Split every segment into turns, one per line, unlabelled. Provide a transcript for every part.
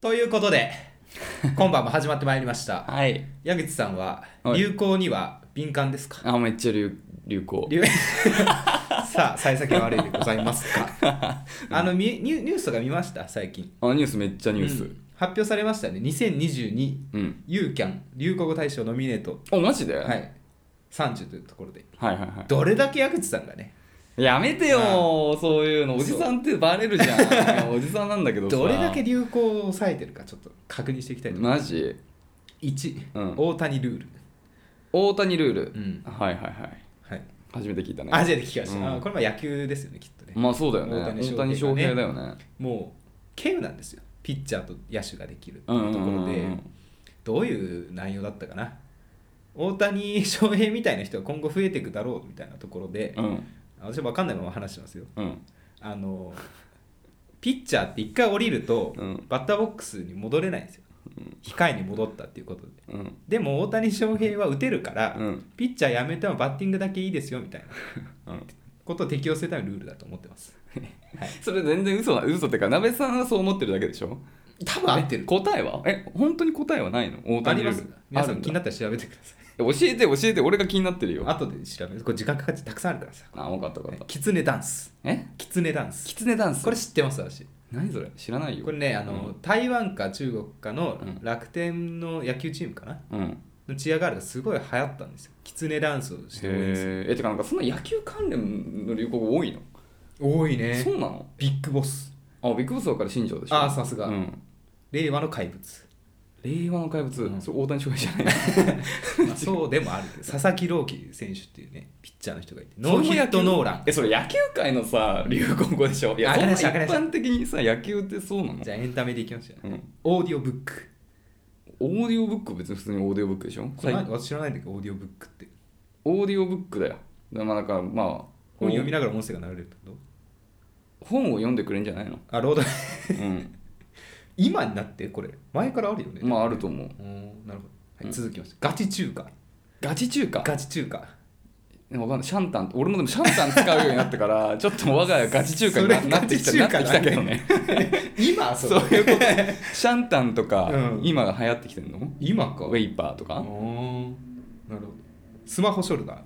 ということ で、今晩も始まってまいりました。
はい。
矢口さんは、
はい
流行には敏感ですか
あ、めっちゃ流流行。
流さあ、幸先が悪いでございますか。あのみニュニュースとか見ました最近。
あ、ニュースめっちゃニュース。
う
うんん。
発表されましたね。2022ユーキャン流行語大賞ノミネート。
お、マジで、
は、い。30というところで。
はいはいは
どれだけ矢口さんがね、
い。やめてよーそういうの。おじさんってバレるじゃんい や。おじさんなんだけどさ。
どれだけ流行を抑えてるかちょっと確認していきたいと思いま
マジ
す。1、
うん
大谷ルール。
大谷ルール、
うん
はいはいはい。
はい。
初めて聞いたね。
アジアで聞きました、
うん
あこれは野球ですよねきっとね、
まあそうだよね。
大
大
谷
谷
翔平がね
翔平だよね。
もう稀有なんですよピッチャーと野手ができるって
うんう
いうんとこ
うん
ろで、
うん
どういう内容だったかな大谷翔平みたいな人が今後増えていくだろうみたいなところで、
うん
私は分かんないまま話しますよ
うん
あのピッチャーって一回降りると、
うん
バッターボックスに戻れないんですよ控えに戻ったっていうことで
うん
でも大谷翔平は打てるから、
うん
ピッチャーやめてもバッティングだけいいですよみたいな
うん
ことを適用するためのルールだと思ってます
それ全然嘘な嘘ってかなべさんはそう思ってるだけでしょ
多分合ってる
答えはえ本当に答えはないの大
あ
谷
り
ル
ま
ー
す
ル
皆さ
ある
ん
だ
気になったら調べてください
教えて教えて俺が気になってるよ
後で調べますこれ時間かかってたくさんあるからさ
あ分かった分かった
キツネダンス
え
キツネダンス
キツネダンス
これ知ってます私
何それ知らないよ
これねあの、台湾か中国かの
うん
楽天の野球チームかな
うん、うん、
のチアガールがすごい流行ったんですよキツネダンスをして応援する
へえてかなんかそんな野球関連の流行語多いの、
多いね
そうなの
ビッグボス
あビッグボスだから新庄でしょ
あーさすが
うん、
令和の怪物
令和の怪物、
うん
それ大谷翔平じゃない
まあそうでもあるけど佐々木朗希選手っていうねピッチャーの人がいてノーヒットノーラン
えそれ野球界のさ流行語でしょい
あ
や
わ
そ
か
ん
りましたわかり
な一
ました
般的にさ野球ってそうなの
じゃあエンタメでいきましょう、
うん
オーディオブック
オーディオブックは別に普通にオーディオブックでしょ
これ
最
前私知らないんだけどオーディオブックって
オーディオブックだよだからだからまあ
本読みながら音声が流れるってこと
本を読んでくれんじゃないの、
あ朗読
うん、
今になってこれ前からあるよね
まああると思う
うーんなるほど、はい、続きましてガチ中華
ガチ中華
ガチ中華
わかんないシャンタン俺もでもシャンタン使うようになってか らちょっと我が家ガチ中華にな
それ
なってきたな
ガ
っ
チ
て
中華
き
だ
た
ね
けどね
今
そう
う
いうことシャンタンとか、
うん
今が流行ってきてんのウ
今か
ェイパーと
あ
か、
ーなるほどスマホショルダー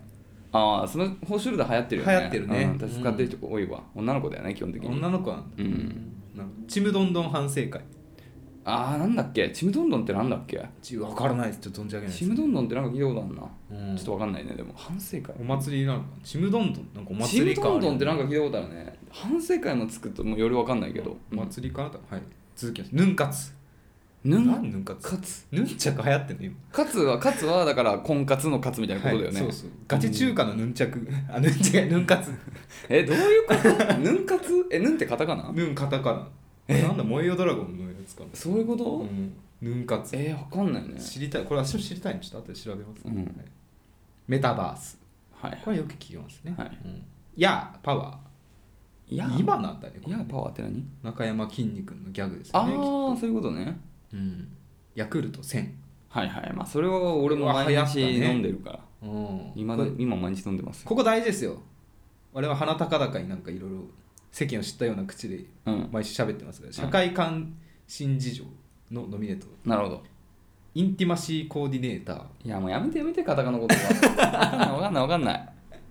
ああそのホーショルダー流行ってるよね
流行ってるね
うん私使ってる人多いわ、女の子だよね基本的に
女の子なんだ、
うん
なるほどちむどんどん反省会
ああなんだっけちむどんどんってなんだっけ
ち分からないですちょっと存じ上げないで
ち
す
むどんどんってなんか聞いたことあるな、
うん
ちょっとわかんないねでも反省会
お祭りなのかなちむどんどんなんかお
ち
祭
む
り感あ
ど
る
んどんってなんか聞いたことあるね反省会もつくともうよりわかんないけど、
お祭りかなとはい続きましてヌン活
ぬん
何ヌン活
かつ
ヌンチャク流行ってんの今
カツはカツはだから婚活のカツみたいなことだよね、
はいそうそうガチ中華のヌンチャクあヌンチャクヌンカツ
えどういうことヌンカツ えヌンってカタカナ
ヌンカタカナなんだ燃えよドラゴンのやつかな
そういうこと、
うんヌンカツ
えー、わかんないね
知りたいこれ私も知りたいんでちょっと後で調べます、
うん
はいメタバース
はい
これよく聞きますね、
はい
うん、やあパワ
いや
ー今なんだねこ
い
れ
やパワーって何、
中山きんに君のギャグですよ
ああ
ねきっと
そういうことね
うん、ヤクルト1000
はいはいまあそれは俺も毎日
これは流行ったね
飲んでるから、
うん
今
こ
だ
れ
今毎日飲んでますよ
ここ大事ですよ我々鼻高々になんかいろいろ世間を知ったような口で
うん
毎週喋ってますが社会関心事情のノミネート
なるほど
インティマシーコーディネーター
いやもうやめてやめてカタカナ言葉わかんないわかんないわかんない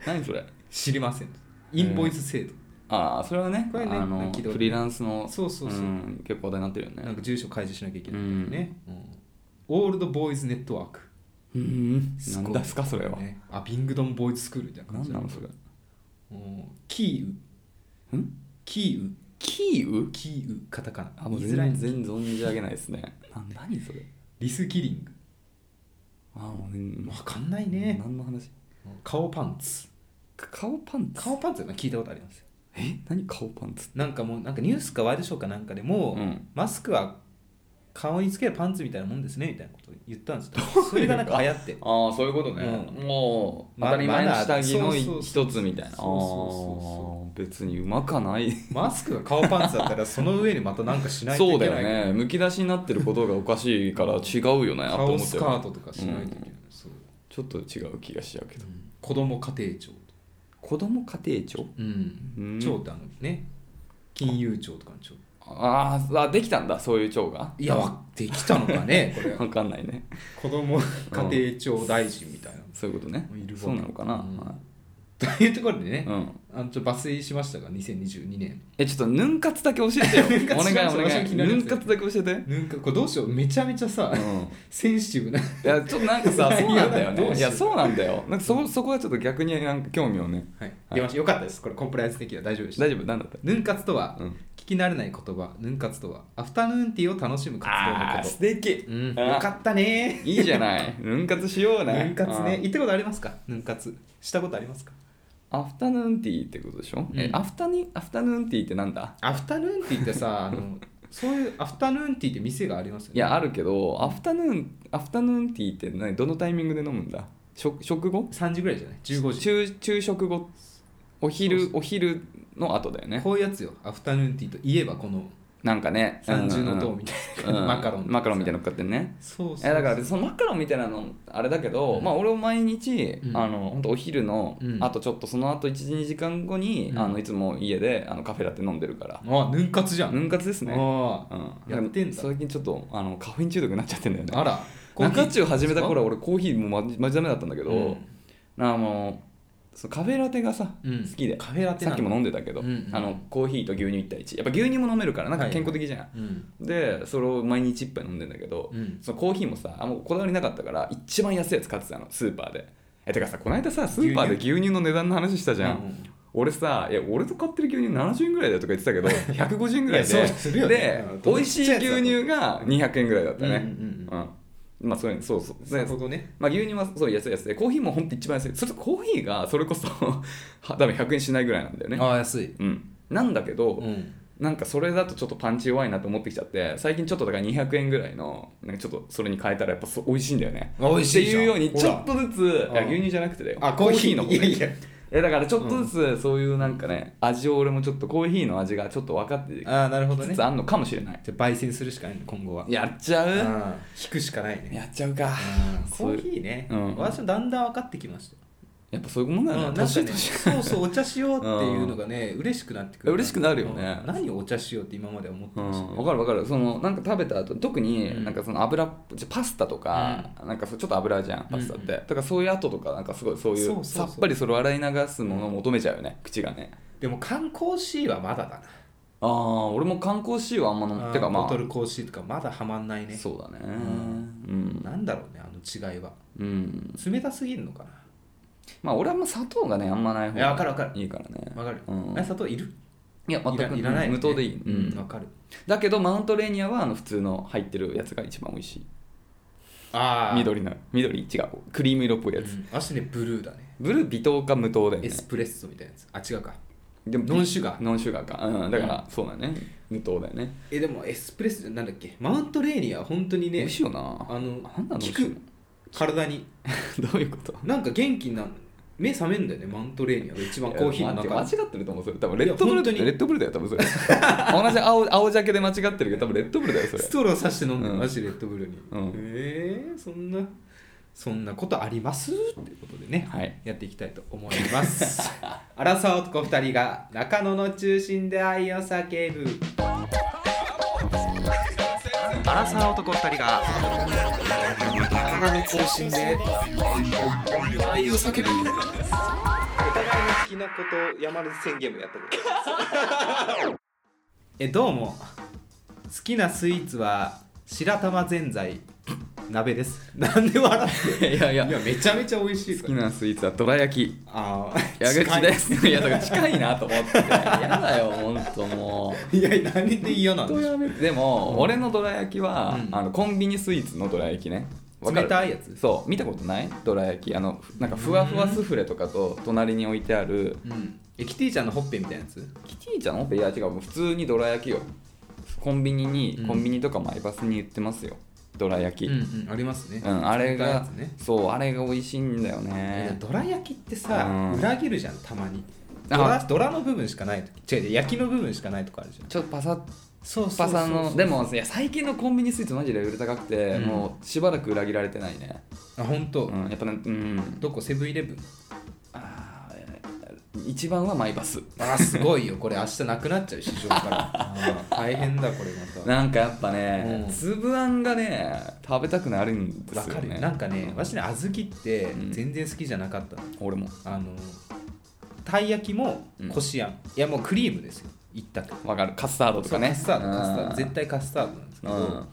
何それ
知りませんインボイス制度、
ああそれはね
これね
あ
なん
の
か聞いたことない
フリーランスの
そうそうそうん
結構話題になってるよ
なん
ね
か住所開示しなきゃいけないんだよね、うんオールドボーイズネットワーク
うん
す
な
ごい
んだっすかそれは、
ね、あビングドンボーイズスクールみたいな感
何
じ
な
だ
のそれ
うんキーウ
ん
キーウ
キーウ
キーウカタカナ
あもう
言いづ
全
らい
然
の
存じ上げないですね。な何それ
リスキリン
あもう、
グ
ね、
わかんないね
何の話
顔パンツ
か顔パンツ
顔パンツは聞いたことありますよ
え何顔パンツ
なんかもうなんかニュースかワイドショーかなんかでも、
うん
マスクは顔につけるパンツみたいなもんですねみたいなこと言ったんですよそれがなんか流行って
ああそういうことね、もう
ま
当たり前の下着
ま
の
だ
い
そうそう
一つみたい
そ
な
うそう
あー別にうまかない
マスクが顔パンツだったらその上にまたなんかしないと
そ
いうけ
だ
ない
よねむき出しになってることがおかしいから違うよねと
顔
思っ
ス
て
カートとかしないといけない、そう
ちょっと違う気がしちゃうけど
子供家庭庁、
子供家庭庁
うん
うん
庁ってあのね金融庁とかの庁
あーあできたんだそういう長が
いやわできたのかねこれ
分かんないね
子供家庭庁大臣みたいな、
そういうことね
いるわけ
そうなのかな、
うん
はい
というところでね、
うん
あのちょっと抜粋しましたが2022年
えちょっとヌン活だけ教えてよ
ヌン活
お願いお
しましょう
願
気
い
になる
ヌ
やつ
ン活だけ教えて、うん、い
なんかこれどうしようめちゃめちゃさ、センシティブなは
やちょっとなんかさそうなんだよ
いやどうしよう
ねいやそうなんだよなんかそそこはちょっと逆になんか興味をね
い出ましたよかったですこれコンプライアンス的には大丈夫でした
大丈夫なんだった
ヌン活とは、
うん
聞き慣れない言葉ヌン活とはアフタヌーンティーを楽しむ活動の
あ
こ
あ
と
素敵、
うん、
あー
よかったね
いいじゃないヌン活しようね
ヌン活ね
うん
行ったことありますかヌン活したことありますか
アフタヌーンティーってことでしょ、え
うん
アフタニアフタヌーンティーってなんだ
アフタヌーンティーって さあのそういうアフタヌーンティーって店がありますよね
いやあるけどアフタヌーンアフタヌーンティーって何どのタイミングで飲むんだ食食後
3時ぐらいじゃない15時
昼昼食後お昼
そうそ
お昼の後だよね
こういうやつよアフタヌーンティーといえばこの
なんかね
三重の塔みたいな、
うん
マカロン
マカロンみたい
な
なの買ってんね
そうそう
えだからそのマカロンみたいなのあれだけど、
うん
まあ俺も毎日、
うん
あの本当お昼の、
うん
あとちょっとその後12時間後に、
うん
あのいつも家であのカフェラテ飲んでるから、
あヌン活じゃん
分割ですね
あ
うん、
やってんだ
最近ちょっとあのカフェイン中毒になっちゃってんだよ
あ
ね
ら
中中始めた頃は俺コーヒーもうマジマジダメだったんだけど、
うん
あのそのカフェラテがさ、
うん
好きで
カフェラテ
さ
な
っ
んだ
きも飲んでたけど、
うんうん
あのコーヒーと牛乳1対1やっぱ牛乳も飲めるからなんか健康的じゃん、
うん
でそれを毎日一杯飲んでんだけど、
うん
そのコーヒーもさあんまこだわりなかったから一番安いやつ買ってたのスーパーでえてかさこの間さスーパーで牛乳の値段の話したじゃん、俺さいや俺と買ってる牛乳70円ぐらいだよとか言ってたけど150円ぐらい
い
で
やそうするよね
で
うん
美味しい牛乳が200円ぐらいだったね
うんうんうん
うんまあそれそうそう
な
で
るほどね
まあ、牛乳はそう安い安いコーヒーも本当一番安いそれとコーヒーがそれこそ は多分100円しないぐらいなんだよね
ああ安い
うんなんだけど、
うん
なんかそれだとちょっとパンチ弱いなと思ってきちゃって最近ちょっとだから200円ぐらいのなんかちょっとそれに変えたらやっぱそう美味しいんだよね
美味しい
って
じゃん
いうように
ほら
ちょっとずついや
うん
牛乳じゃなくてだよ
あコーヒー
の
の
方
方
ね
ねいや
えだからちょっとずつそういうなんかね、味を俺もちょっとコーヒーの味がちょっと分かってき
ああなるほどね
つつあんのかもしれない
じゃあ焙煎するしかないの今後は
やっちゃ
うん
う
引くしかないね
やっちゃうか
うんコ
そう
ーヒーね
うん
私もだんだん分かってきました
やっぱそういうもんだよね
うんなんか
年
ね
々
そうそうお茶しようっていうのがね嬉しくなってくる
嬉しくなるよね
うん何をお茶しようって今まで思って
う
ました
ん、分かる分かるそのなんか食べた後特
う
に
ん
なんかその油っぽじゃパスタとか、なんかそうちょっと油じゃんパスタって、
うんう
だからそういう後とかなんかすごいそうい
そうそううそう
さっぱりそれを洗い流すものを求めちゃうよね口がね
でも缶コーヒーはまだだ
ああ俺も缶コーヒーはあんま飲
な
むてかま
ボトル
あ
コーヒーとかまだはまんないね
そうだね
な
うん
だろうねあの違いは
ん、うん、
冷たすぎるのかな
まあ俺はあんま砂糖がねあんまない方
いやわかるわかる
いいからね
わかる、
うん
あれ砂糖いる
いや全
いら
く
いらないよね、
無糖でいい、う
うんわ
ん、
かる
だけどマウントレーニアはあの普通の入ってるやつが一番美味しい
ああ
緑の緑違うクリーム色っぽいやつ、
うん、私ねブルーだね
ブルー微糖か無糖だよ
エ
ね
スプレッソみたいなやつあ違うか
でも
ノンシュガー
ノンシュガーか、うん、だから、そうだね無糖だよね
えでもエスプレッソなんだっけマウントレーニアは本当に
美
ね
味しいよな
あの
あんなの美味
効
しい
く体に
の どういうこと
なんか元気になる目覚めんだよねマウントレーニアが一番コーヒーの
いや
中
待って間違ってると思うそれ多分レッド
い
ブ
や本
ル
当に
レッドブルだよ多分それ 同じ青青ジャケで間違ってるけど多分レッドブルだよそれ
ストローさして飲んでる、
うん
マジレッドブルに、
うん
えー、そんなそんなことありますっていうことでね、
はい
やっていきたいと思います アラサー男2人が中野の中心で愛を叫ぶアラサー男2人が中野の中心で愛を叫ぶお互いの好きなことを山根宣言もやったことあります えどうも好きなスイーツは白玉ぜんざい鍋 ですなんで笑って
いやいや
いやめちゃめちゃ美味しい
好
か
き
ら
なスイーツはどら焼き
あ
矢
ー
口ですいやだから近いなと思ってやだよほんとも う
近いいや何で嫌なんでしょう
でも、俺のどら焼きは、
うん
あのコンビニスイーツのどら焼きねわかる
冷たいやつ
そう見たことないどら焼きあのなんかふわふわスフレとかと隣に置いてある
うんえキティちゃんのほっぺみたいなやつ
キティちゃんのいや違うもう普通にどら焼きよコンビニに、
うん
コンビニとかマイバスに売ってますよどら焼き、
う
うんん
うんありますね
あれ
冷たいや
が
つ、ね
そうあれが美味しいんだよ
いや
ね
どら焼きってさ、
うん
裏切るじゃんたまに
あ
どらどらの部分しかない時違う違う焼きの部分しかないとかあるじゃん
ちょっとパサッ
そう
パサのでもいや最近のコンビニスイーツマジでレベル高くて、
うん
もうしばらく裏切られてないね、
あ本当、
うん、やっぱねうん
どこセブンイレブン
あー一番はマイバス
あーすごいよこれ明日なくなっちゃう市場 からあー大変だこれま
なんかやっぱね、
うん
粒あんがね食べたくなるんで
たわ
すよ
かる
ね
なんかねわしね小豆って
うん
全然好きじゃなかったの
俺も
あのたい焼きも
うん
こしあん、いやもうクリームですよ一択
わかるカスタードと
そ
か
う
ね
カスタードカスター
うん
ド絶対カスタードなんですけ
う
ど、
ん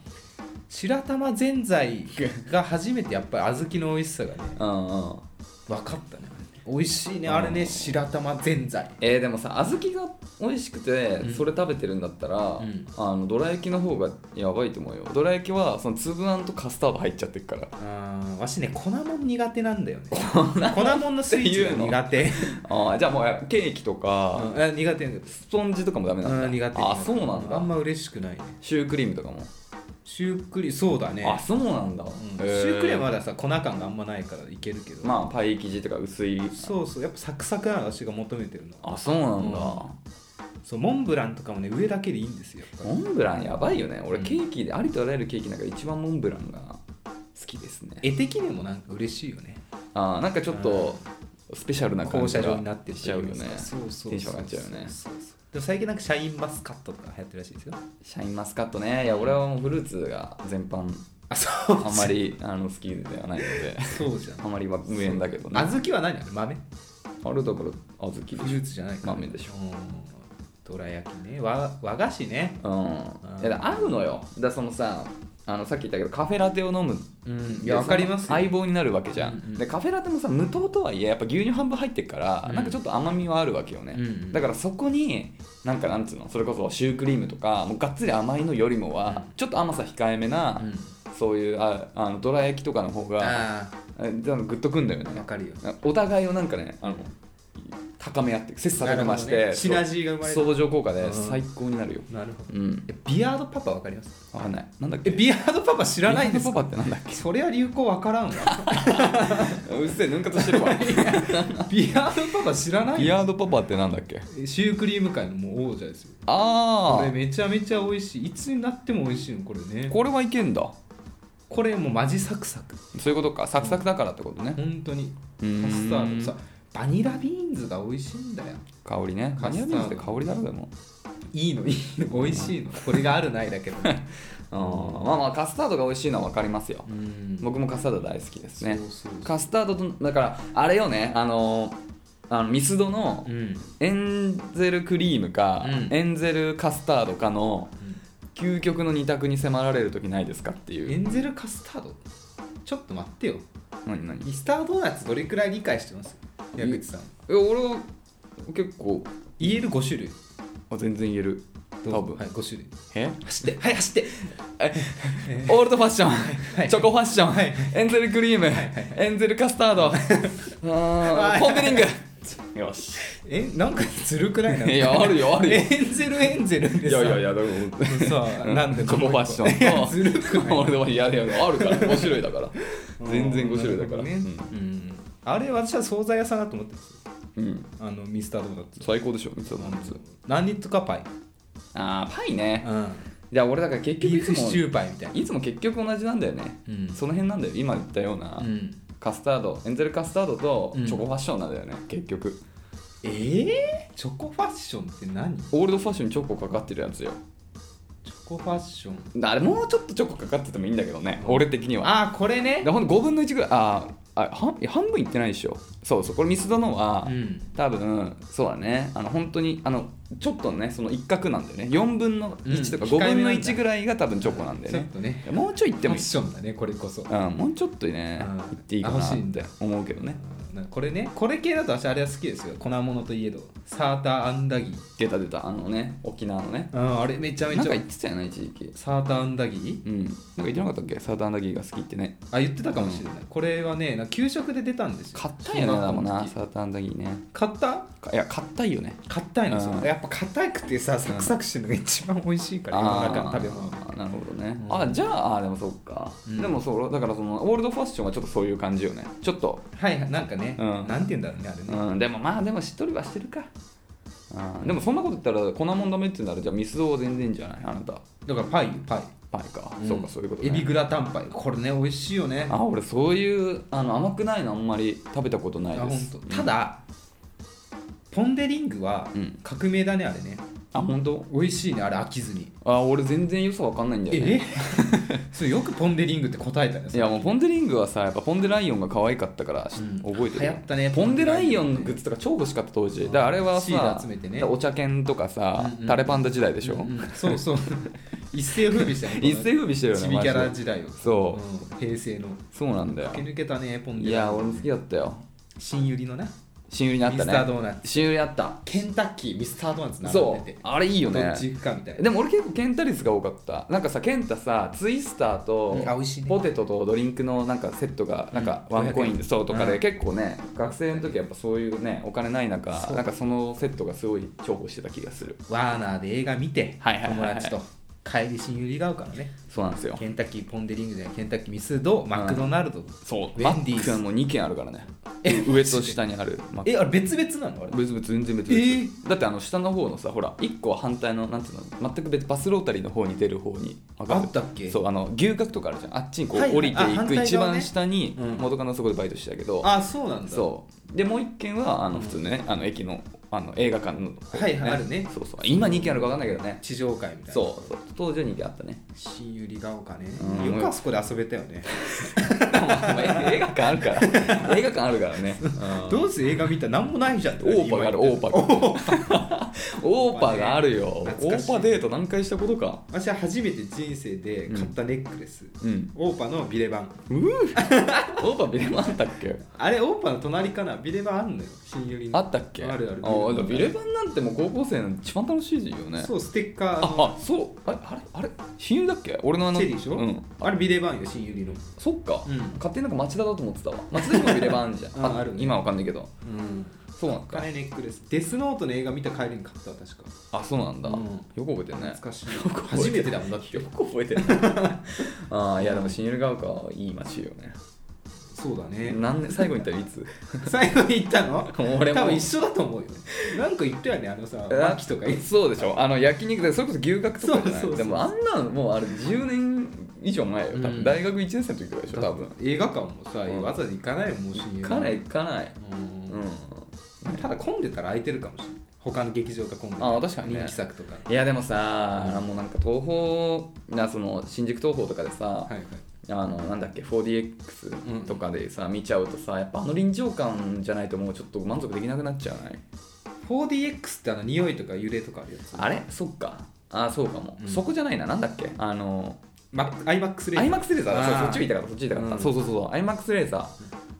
白玉ぜんざいが初めてやっぱり小豆の美味しさがね
うんうん
分かったね美味しいねあれね白玉ぜんざい
えー、でもさ小豆が美味しくて
うん
それ食べてるんだったら、
ん
あのどら焼きの方がやばいと思うよどら焼きはその粒あんとカスタード入っちゃってるから
あーわしね粉もん苦手なんだよね粉もんのスイーツが苦手
あーじゃあもうケーキとか、
うんあ苦手なんだ
スポンジとかもダメなんだ
うん苦手
あそうなんだ
あんま嬉しくないね
シュークリームとかも、
シュークリームそうだね
あそうなんだ、
うんシュークリームはまださ粉感があんまないからいけるけど、
まあパイ生地とか薄い
そうそうやっぱサクサクなの私が求めてるの
あそうなんだ、
そうモンブランとかもね上だけでいいんですよやっぱり
モンブランやばいよね俺
うん
ケーキでありとあらゆるケーキなんか一番モンブランが好きですね
絵的にもなんか嬉しいよね
あーなんかちょっとスペシャルな感
放
じ
射
が
状になってる
しちゃうよね
そうそうそう
テンション上がっちゃうよね
そうそうでも最近なんかシャインマスカットとか流行ってるらしいですよ
シャインマスカットねいや俺はもうフルーツが全般
あそう
あん まりあの好きではないので
そうじゃん
あんまりは無縁だけどね
小豆は何あれ豆
あれだから小豆で
フ
し
ルーツじゃない
豆でしょ
ょどら焼きね和和菓子ね
ょうんいやだから合うのよだからそのさあのさっき言ったけどカフェラテを飲む
うん
でその相棒になるわけじゃん、
うんうん
でカフェラテもさ無糖とはいえやっぱ牛乳半分入ってるから、
うん
なんかちょっと甘みはあるわけよね、
うんうん
だからそこになんかなんつうのそれこそシュークリームとかもうがっつり甘いのよりもは、
うん
ちょっと甘さ控えめな、
うん
そういうああのどら焼きとかの方が
あ
え多分グッとくんだよ
あわ
ね
かるよ
お互いをなんかねあの高め合って切磋琢磨し
なる
て、
ほどねシナジーが生まれる
相乗効果
う
で
ん
最高になるよ
なるほど
うん
えビアードパパわかります
わかんないなんだっけ
えビアードパパ知らないんです
ビアード
か
パパってなんだっ
そりゃ流行わからん わ
けうっせえヌン活してるわ
ビアードパパ知らない
ビ
よ
アードパパってなんだっけ
えシュークリーム界のもう王者ですよ
あ
こ
あ
れめちゃめちゃ美味しいいつになっても美味しいのこれね
これはいけんだ
これもうマジサクサク
そういうことかサクサクだからってことね
本当に
うーん
カスタードさバニラビーンズが美味しいんだよ
香りねカ
カス
ニ
タード
アビーンズって香りだろでも
いいのいいの美味しいのこれがあるないだけどね
あーまあまあカスタードが美味しいのは分かりますよ
うん
僕もカスタード大好きですね
そうそうそう
カスタードとだからあれよねあのーあのミスドの
うん
エンゼルクリームか、
うん
エンゼルカスタードかの究極の二択に迫られる時ないですかってい
エ
う
ンゼルカスタードちょっと待ってよ
何何い
ミスタードーナツどれくらい理解してます矢口さん
や俺は結構
言える5種類
あ全然言える
ど
多
うぞ
分、
はい5種類
え
走ってはい走って
オールドファッショ ン、
はい
チョコファッション、
はい
エンゼルクリーム、エンゼルカスタード、う ー
は
ん
い
ポン・デ・リングよし
えなんかずるくないない
やあるよあるよ
エンゼルエンゼルで
い
さ
やいやいやだから
さなんで
チョコファッション
いや
と
ずるくない
俺はいやいやあるから5種類だから全然5種類だから、
なるほどねうんあれ私は惣菜屋さんだと思ってるんですよ
うんうん
あのミスタードーナツ
最高でしょミスタードーナツ
何とかパイ
あーパイね
うん
いや俺だから結
ビ
局い
ー
つ
フ
も
シチューパイみたいない
つも結局同じなんだよね、
うん
その辺なんだよ今言ったような、
うん
カスタードエンゼルカスタードと
うん
チョコファッションなんだよね、結局
えーチョコファッションって何チ
オールドファッションにチョコかかってるやつよ
ョコファッション
あれもうちょっとチョコかかっててもいいんだけどね、俺的には
ああこれね
でほんと5分の1ぐらいあーあ半いや半分いってないでしょそうそうこれミスドのは、
うん
多分そうだねあの本当にあのちょっとねその一角なんだよね4分の1とか
うん控
5
え
分
め
の
なんだ
1ぐらいが多分チョコなんだよ
ちょっ
ね、
とね
もうちょいいっ
フ
て
ァ
も
ッ
いい
ションだねこれこそ
うん、もうちょっとね、
うん
いっていいかな
欲しい
っ
んだ
て思うけどね
なんかこれねこれ系だと私あれは好きですよ粉物といえどサーターアンダギー
出た出たあのね沖縄のね
うんあれめちゃめ
なん
ち
か
ゃ
言ってたよね一時期
サーターアンダギー
うんなんか言ってなかったっけサーターアンダギーが好きってね
あ言ってたかもしれない、これはねなんか給食で出たんですよ
買ったよね
小学
だ
校
もん
の
な
時
サーターアンダギーね
買った
かいや買ったよね
買ったんよ、
うん
やっぱ硬くてさサクサクしてるのが一番美味しいから世の中の食べ物
あーなるほどね、
うん
あじゃああーでもそっか、
うん
でもそうだからそのオールドファッションはちょっとそういう感じよねちょっと、
はいはいなんかね、
うん
なんて言うんだろうねあれね、
うん、でもまあでもしっとりはしてるかあーでもそんなこと言ったら粉もんダメって言うならじゃあミスドは全然じゃないあなた
だからパイよパイ、
パイか、そうかそういうことね
エビグラタンパイこれね美味しいよね
あ俺そういうあの甘くないのあんまり食べたことない
あ
で
ほん
す
とただ、ポン・デ・リングは
うん
革命だねあれね
あ本当
美味しいねあれ飽きずに
あ俺全然良さわかんないんだよね
え そうよくポン・デ・リングって答えたよ
いやもうポン・デ・リングはさやっぱポン・デ・ライオンが可愛かったからし、
うん
覚えてる
流行ったね
ポン・デ・ライオンのグッズとか超欲しかった当時だからあれは
シー
さ
ル集めてね
お茶犬とかさ、
うんうん
タレパンダ時代でしょ、
うんうんそう そう一世を風靡したね
一世風靡してるよね
ちびキャ
マ
ラ
ジで
時代を
そ
う
う
ん平成の
そうなんだよ
駆け抜けたねポン・デ・
い
リング
や俺も好きだったよ
新百合のね
新売りにあっ
ミ
た
スタード
ね
ーナツ
新売りあった
ケンタッキーミスタードーナツ並
そ
んで
う
て
あれいいよ
ど
ね
っち行くかみたいな
でも俺結構ケンタ率が多かったなんかさケンタさツイスターと
うんあ美味しいね
ポテトとドリンクのなんかセットがなんか
うん
ワンコインでそうとか
う
で
ん
結構ね学生の時やっぱそういうねお金ない中
そう
なんかそのセットがすごい重宝してた気がする
ワーナーで映画見て
はいはいはい
友
はい
達と帰り新百合が丘のね
そうなんですよ
ケンタッキーポン・デ・リングでケンタッキーミスドマクドナルド
そう
ウェンディー
マックは
ズ
もう2軒あるからね
え
上と下にあるマック
えあれ別々なのあれ
別々全然別々、だってあの下の方のさほら1個は反対のなんていうの全く別バスロータリーの方に出る方にわかる
あったっけ
そうあの牛角とかあるじゃんあっちにこう
はいはい
降りてい
あ反対側
く
ね
一番下に
うん
元カノそこでバイトしてたけど、
あそうなんだ
そうでもう1軒はあの普通のねあの駅のあの映画館の方、
はいはいあるね
そうそう今2軒あるか分かんないけどね
地上界みたいな
そうそう当時は2軒あったね
新百合ヶ丘ね
う
よ
ん
くあそこで遊べたよね
映画館あるか ら映画館あるからね、うん
どうせ映画見たら何もないじゃんって
オーパがあるオーパが オーパがあるよオ
懐かし
ー
い
パデート何回したことか
私は初めて人生で買ったネックレス、
うん
オーパのビレバン
うーオーパビレバンあったっけ
あれオーパの隣かなビレバンあんのよ新寄りの
あったっけ
あるある
あビレバンなんてもう高校生の一番楽しいよね
そうステッカー
あ
の
あそうあれあれあれ親友だっけ俺のあの
チェリーでしょ、
うん
あれビレバンよ新寄りの
そっか、
うん
勝手になんか町田だと思ってたわ町田にもビレバンあんじゃ ん
ああるね
今わかんないけど
うん
そうなんか
金ネックレスデスノートの映画見た帰りに買ったわ確か
あそうなんだ、
うん
よく覚えてるね
懐かしい
覚え
初
て
め
る
てだもんだって
よく覚えてるああいやでも新百合ヶ丘はいい街よね
そうだね
何年最後に行ったらいつ
最後に行ったの
俺も
多分一緒だと思うよなんか言ったよねあのさマキとか言って
そうでしょあの焼肉でそれこそ牛角とかじゃない
そうそうそう
でもあんなのもうあれ10年以上前よ多
う
分、
ん
大学1年生の時ぐらいでしょ多分
映画館もさ
うん
わざわざ行かないよもう新
行かない行かないうん、
ただ混んでたら空いてるかもしれない他の劇場が混んでたら
あ確かにね
人気作とか
いやでもさ、もうなんか東宝なその新宿東宝とかでさ、
はいはい
あのなんだっけ 4DX とかでさ、見ちゃうとさやっぱあの臨場感じゃないともうちょっと満足できなくなっちゃわない
4DX ってあの匂いとか揺れとかあるやつ
あれそっかあそうかも、
うん
そこじゃないななんだっけあの
マック IMAX レーザー
アイマックスレーザーだそう
あー
そっちを言いたかったそっち言いたかった、
うん
そうそうそうアイマックスレーザー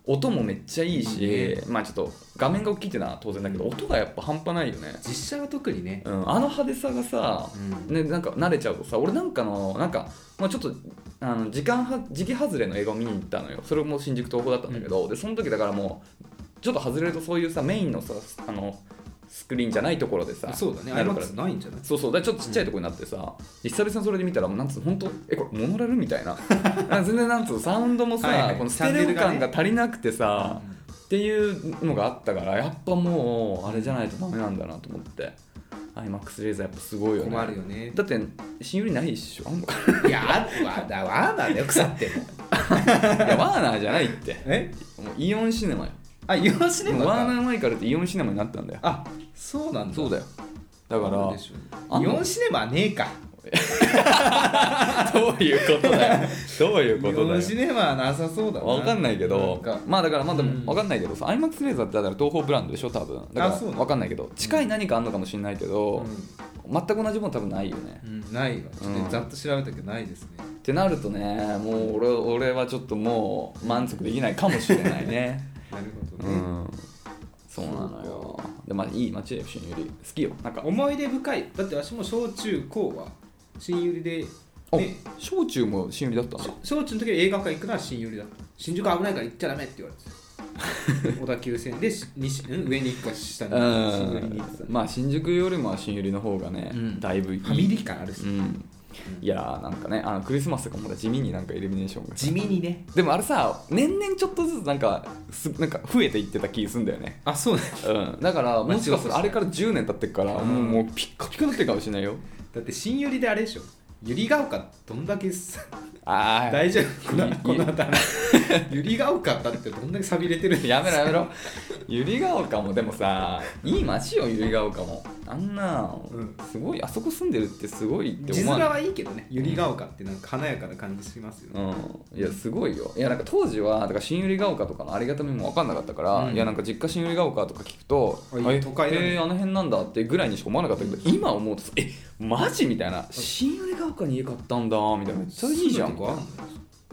音もめっちゃいいし、まあちょっと画面が大きいっていうのは当然だけど音がやっぱ半端ないよね、
実写は特にね
うん、あの派手さがさ、
うん
ね、なんか慣れちゃうとさ俺なんかのなんか、まあ、ちょっとあの時間は時期外れの映画を見に行ったのよそれも新宿東宝だったんだけど、でその時だからもうちょっと外れるとそういうさメインのさあのスクリーンじゃないところでさ
そうだね
なるから
IMAX ないんじゃない
そうそうだからちょっとちっちゃいとこになってさ、久々にそれで見たらもうなんつうの本当えこれモノラルみたいななんか全然なんつうのサウンドもさ、
はいはい
このステレオ感が足りなくてさ、
うん
っていうのがあったからやっぱもうあれじゃないとダメなんだなと思ってアイマックスレーザーやっぱすごいよね
困るよね
だって新売りないっしょあんのか
いやあるわだわあなんだよ腐って も
いやワーナーじゃないって
え
もうイオンシネマよ
あイオンシネマ
もうワーナ
か
ーマイカルってイオンシネマになったんだよ
あそうなんだ
そうだよだか
なんで
ら
しょうねイオンシネマはねえか
どういうことだよ どうい
イ
うこと
オ
だ
ン
よ
シネマはなさそうだ
わかんないけど
なんか
まあだからまあで
うん
もわかんないけどさ、アイマックスレーザーってだから東宝ブランドでしょ多分だ
あ
か
そうな
ら
の
わかんないけど近い何かあんのかもしれないけど、
う
全く同じもの多分ないよね、
ん、うん、ないわちょっ
う
と
ん
ざっと調べたけどないですね、
ってなるとねもう俺俺はちょっともう満足できないかもしれない ね
なるほど
う
ね、
んそうなのよでまあいい街だよ新より好きよなんか
思い出深いだって私も小中高は新百合で、
お
ね、
小中も新よりだったんだ
小中の時は映画館行くのは新百合だった新宿危ないから行っちゃダメって言われてた小田急線でし西ん上に行くか下に行くか新百合に行ってた
うんまあ新宿よりも新よりの方がね、
うん
だいぶいい
ファミリー感あるし、
うんいやーなんかねあのクリスマスとかもまだ地味になんかイルミネーションが
地味にね
でもあれさ年々ちょっとずつなんかすなんか増えていってた気すんだよね
あそうね
うん、だからもしかすると
まあ
あれから10年経ってっから
うん
もうもうピッカピカになってるかもしれないよ
だって新百合であれでしょ百合ヶ丘どんだけさ
ああ
大丈夫このこの頭ゆりが丘だってどんだけ寂れてるんですか
やめろやめろゆりが丘もでもさいい街よゆりが丘もあんな、
うん
すごいあそこ住んでるってすごいって
字
思
面
わない
はいいけどねゆりが丘ってなんか華やかな感じしますよね、
うん、いやすごいよいやなんか当時はだから新百合ヶ丘とかのありがたみも分かんなかったから、
うん
いやなんか実家新百合ヶ丘とか聞くと
あいい都会だね
えーあの辺なんだってぐらいにしか思わなかったけど、今思うとさえマジみたいな新百合ヶ丘に家買ったんだみたいなめっちゃいいじゃんか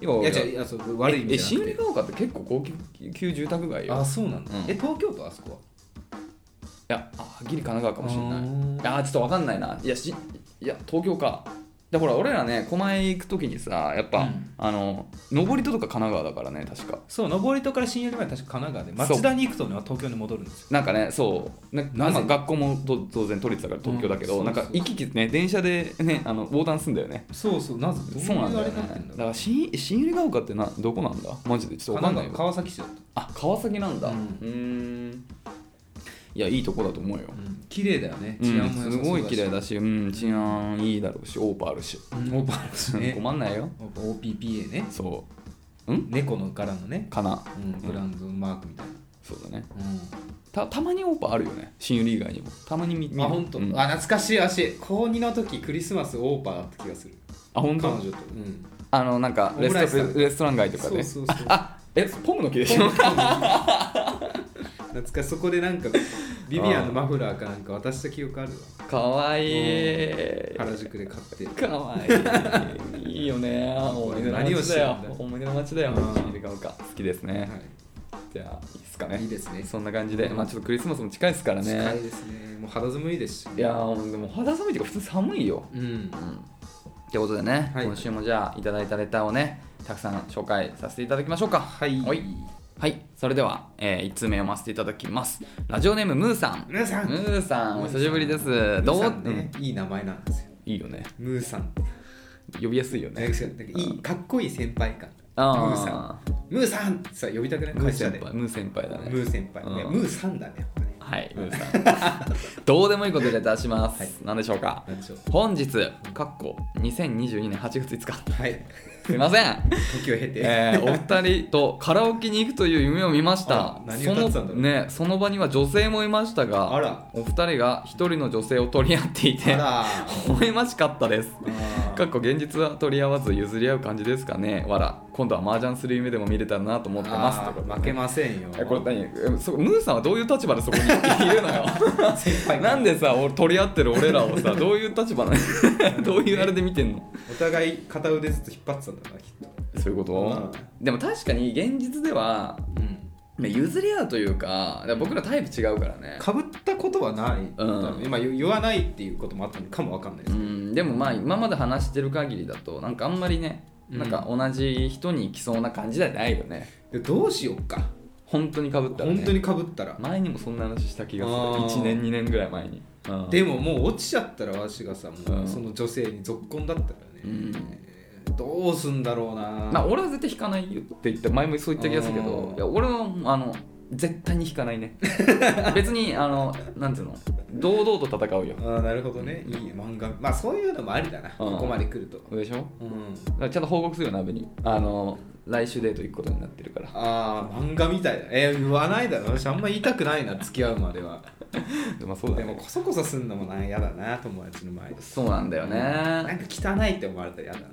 いや
いや
いや
違ういやそう悪い意
え
味じ
新
ゃなくて
百合ヶ丘って結構高級級住宅街よ
あそうなんだ、
うん
え東京都あそこはい
やあギリ神奈川かもしれ
あ
ない
ー
ああーちょっと分かんないないやしいや東京かでほら俺らね狛江行く時にさやっぱ、
うん
あの上り戸とか神奈川だからね確か
そう上り戸から新寄りまで確か神奈川
そう
に行くとね東京に戻るんですよ
なんかねそうな
なぜ
まあ学校もと当然都立だから東京だけど、
うん
なんか
そうそう
行き来ね電車でねあの横断すんだよね
そうそうなぜどうい
そう
う
なんだ
あ
よ
れ
ね
になってんだろ
だか
う
ら新新百合ヶ丘ってなどこなんだマジでちょっと分かんない
神奈川川
よ
崎市だった、
あ川崎なんだう
うん
ーんいやいいとこだと思うよ、
綺麗だよね
うん
治安も良
す
さそうだし
ごい綺麗だし、うん、治安いいだろうしオーパーあるし
うんオーパーあるしね
困んないよ
やっぱ OPPA ね
そ
猫の柄のね
う、かな
うん、ブランドのマークみたい
そうだね
な、うん
たたまにオーパーあるよね新百合以外にもたまに見見る
あ本当、
うん
あ懐かしい足高2の時クリスマスオーパーだった気がする
あ本
彼
当
女と、うん、
あのなんか
オ
レ
ムライ
ス
ス食
ト
べ
レストラン街とか
そ
で
うそうそう
あえポムの木でしょ
懐かしいそこでなんかビビアンのマフラーかなんか渡した記憶あるわ
かわいい
原宿で買って
かわいいいいよね思い出の
何を
街
し
だ
て
よ
んだ
思い出の街だよ
うん
新百合ヶ丘好きですね、
は
じゃあいいっすかね
い、いいですね
そんな感じで、まあ、ちょっとクリスマスも近いですからね
近いですねもう肌寒いですし
いやーでも肌寒いっていうか普通寒いよ
うん
ってことでね、
はい
今週もじゃあいただいたレターをねたくさん紹介させていただきましょうか
はい
はい、はいそれでは、え1通目読ませていただきますラジオネームムーさん
ムーさん
ムーさんお久しぶりです
ム
ど
ー
う
さんね、いい名前なんですよ
うんいいよね
ムーさん
呼びやすいよ
なん
ね
かなんかいいかっこいい先輩感
あー
ムーさんムーさんってさ呼びたくない
ムー
会社
先
でム
輩ムー先輩だね
ー先輩
うん
いやムーさんだねやっぱね
はいムーさん どうでもいいことでレターします、何でしょうか
なんでしょう
本日かっこ2022年8月5日
はい
すいません
時を経て、
えーお二人とカラオケに行くという夢を見まし
あ
た
何
そ
歌
の
ってたんだろう
ね、その場には女性もいましたが
あら
お二人が一人の女性を取り合っていて
あら
微笑ましかったです
あー
かっこ現実は取り合わず譲り合う感じですかねわら今度は麻雀する夢でも見れたらなと思ってます
あ
とい
ー
うこと
負
で
け
ね
ませんよ
えこれ何えそムーさんはどういう立場でそこにいるの よなんでさ俺取り合ってる俺らをさどういう立場な のどういうあれで見てんの
お互い片腕ずっと引っ張ってたんだなきっと
そういうこと、でも確かに現実では
うん
ね譲り合うというかだから僕らタイプ違うからね
かぶったことはない、
うん
今言言わないっていうこともあったのかもわかんないで
う
す、
んでもまあ今まで話してる限りだとなんかあんまりね
うん
なんか同じ人に行きそうな感じではないよね
でどうしようか
本当にかぶったら、ね、
本当にかぶったら、
前にもそんな話した気がする
あー
1年2年ぐらい前に、うん
でももう落ちちゃったらわしがさも
うん
うその女性に続婚だったからね、
うん
えーどうすんだろうな、
まあ俺は絶対引かないよって言って前もそう言った気がするけ
あ
ど
ー
いや俺はあの絶対に引かないね 別にあのなんていうの堂々と戦うよ
あーなるほどねいい漫画まあそういうのもありだな、ここまで来ると、
でしょ
うん、
だからちゃんと報告するよ鍋にあの来週デート行くことになってるから
ああ漫画みたいだえー、言わないだろ私あんま言いたくないな付き合うまでは
まあそうだ
で
ね
もこそこそすんのもな嫌だな友達の前で
そうなんだよ
な
ね
んか汚いって思われたら嫌だな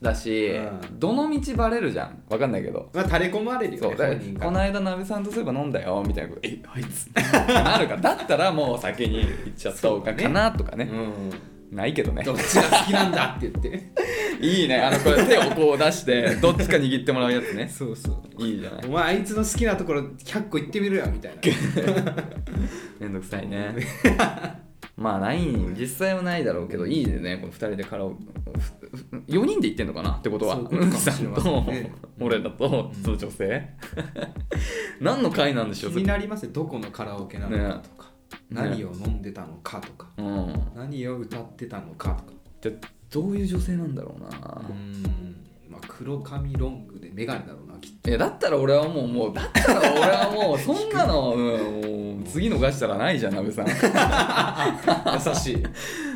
だし
うん
どの道バレるじゃんわかんないけど
まあ垂れ込まれるよ
そう
ね
だから
本人
こ
か
の
ら
間鍋さんとそういえば飲んだよみたいなことえあいつなる からだったらもう先に行っちゃった方がかなとか
う
ね
ん
ないけどね
どっちが好きなんだって言って
いいねあのこれ手をこう出してどっちか握ってもらうやつね
そうそう
いいじゃない
お前あいつの好きなところ100個行ってみろよみたい な
めんどくさい ねまあない実際はないだろうけどいいでねこの2人でカラオケ4人で行ってんのかなってことは
そういうこ
ム
とか
ン
もし
さ
れ
ん
ませ
と
んね
俺だとその女性何の会なんでし
気
ょう
になりますねどこのカラオケなのかとか、
ね
何を飲んでたのかとか
うん
何を歌ってたのかとか
じゃあどういう女性なんだろう
う
な、
んまあ黒髪ロングで眼鏡だろうなきっと
いやだったら俺はもうもうだったら俺はも うそんな の、うん、もう次逃したらないじゃんなべさん
優しい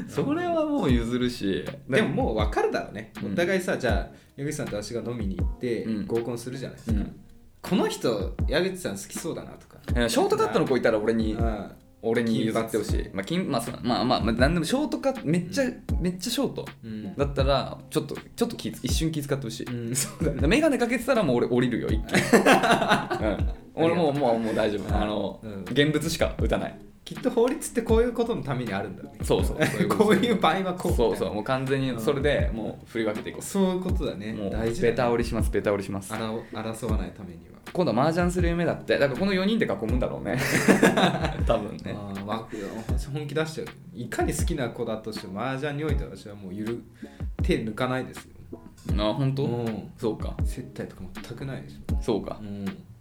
それはもう譲るし
でももう分かるだろうね、
うん
お互いさじゃあ矢口さんと私が飲みに行って
うん
合コンするじゃないです
う
か、
ん
この人矢口さん好きそうだなとか
えーショートカットの子いたら俺に
うん
俺に譲ってほしいまあ金まあそうまあまあまあ何でもショートカットめっちゃめっちゃショート
うん
だったらちょっとちょっと気ぃつ一瞬気使ってほしい
うんそう
だから眼鏡かけてたらもう俺降りるよ一 気に、うん、俺もうもうもう大丈夫あの、
うん
現物しか打たない
きっと法律ってこういうことのためにあるんだね
そうそうそういうこ
ことういう場合はこう
そうそううもう完全にそれでもう振り分けていこ
そういうことだね
うもう
大事
ベ
だ
タ
ね
折りしますベタ折りします
争争わないためには
今度は麻雀する夢だってだからこの4人で囲むんだろ うね多分ね
あーわ本気出しちゃういかに好きな子だとしても麻雀においては私はもうゆる手抜かないですよ
あ本当、
うん
そうか
接待とか全くないでし
そうか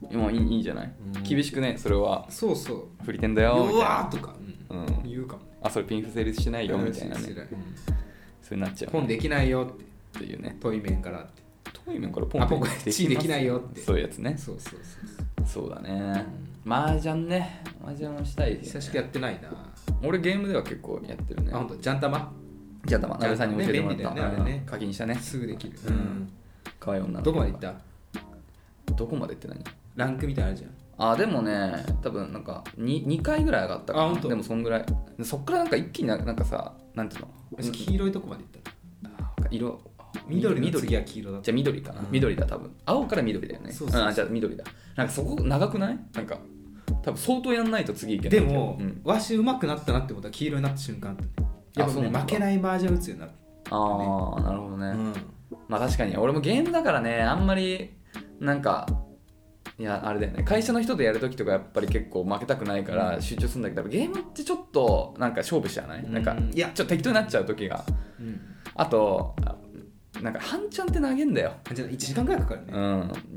ょ、うん、
もういいいいんじゃない、
うん
厳しくねそれは
そうそう
振りてんだ
う
よみたい
わ
な
ーとか、うん
うん
言うかもね
あそれピンフ成立しないよみたいな
う
ね
ん
そうなっちゃう
本できないよって
っていうね
遠い面からって
遠い面からポ
あ
ン
ポン
ポン
できないよって
そういうやつね
そうそうそう
そうだね麻雀ね麻雀もしたいし
久しくやってないな、
俺ゲームでは結構やってるね
あ本当ジャン玉
じゃあま鍋さんにも教えてもらっ
ね
た、
便利だよねあれね
うん課金したね
すぐできる、
うん可愛い女の子
どこまで行った
どこまでって何
ランクみたいなのあるじゃん
あでもね多分なんか 2, 2回ぐらい上がったか
あ
な
本当
でもそんぐらいそっからなんか一気にななんかさなんていうの
私黄色いとこまで行った
色
緑の次は黄色だった
じゃあ緑かな、
うん
緑だ多分青から緑だよね
そうそうそうん
じゃあ緑だなんかそこ長くないなんか多分相当やんないと次いけない
でも、
うん
わしうまくなったなって思ったら黄色になった瞬間あったねや
あ
っ
そ
ぱ
う
ね
なんだ
負けない麻雀打つようになっ
ああなるほどね、
た、
まあ確かに俺もゲームだからねあんまりなんかいやあれだよね会社の人とやるときとかやっぱり結構負けたくないから集中するんだけどゲームってちょっとなんか勝負しちゃわない、なんか
うん
いやちょっと適当になっちゃう時が
うん、うん
あとあなんか半ちゃんって投げんだよ
あじゃあ1時間ぐらいかかるね、
う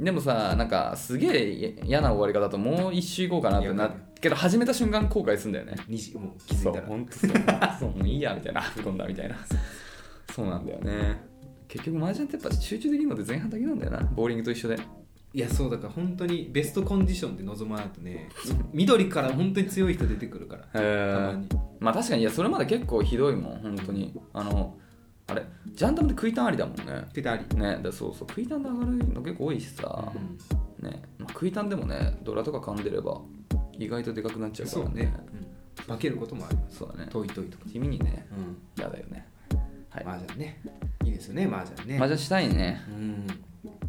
ん、でもさなんかすげえ嫌な終わり方だともう一周行こうかなって
い
な
やわか
けど始めた瞬間後悔するんだよね
2時もう気づいたら
ほんとそう そうもういいやみたいな踏み込んだみたいなそうなんだよね結局麻雀ってやっぱ集中できるのって前半だけなんだよなボーリングと一緒で
いやそうだから本当にベストコンディションで臨まないとね緑から本当に強い人出てくるからたまに
まあ確かにいやそれまで結構ひどいもん本当にあのあれジャンダムって食いタンありだもんね
出たり、
ねだそうそう食いタンで上がるの結構多いしさ、
うん
ねまあ、食いタンでもねドラとか噛んでれば意外とでかくなっちゃうか
そう
らね
ね、うん、負けることもあります
そうだね
遠い遠いとか、
地味にね
うん、
嫌だよねはい
麻雀ねいいですよね麻雀ね
麻雀したいね
うん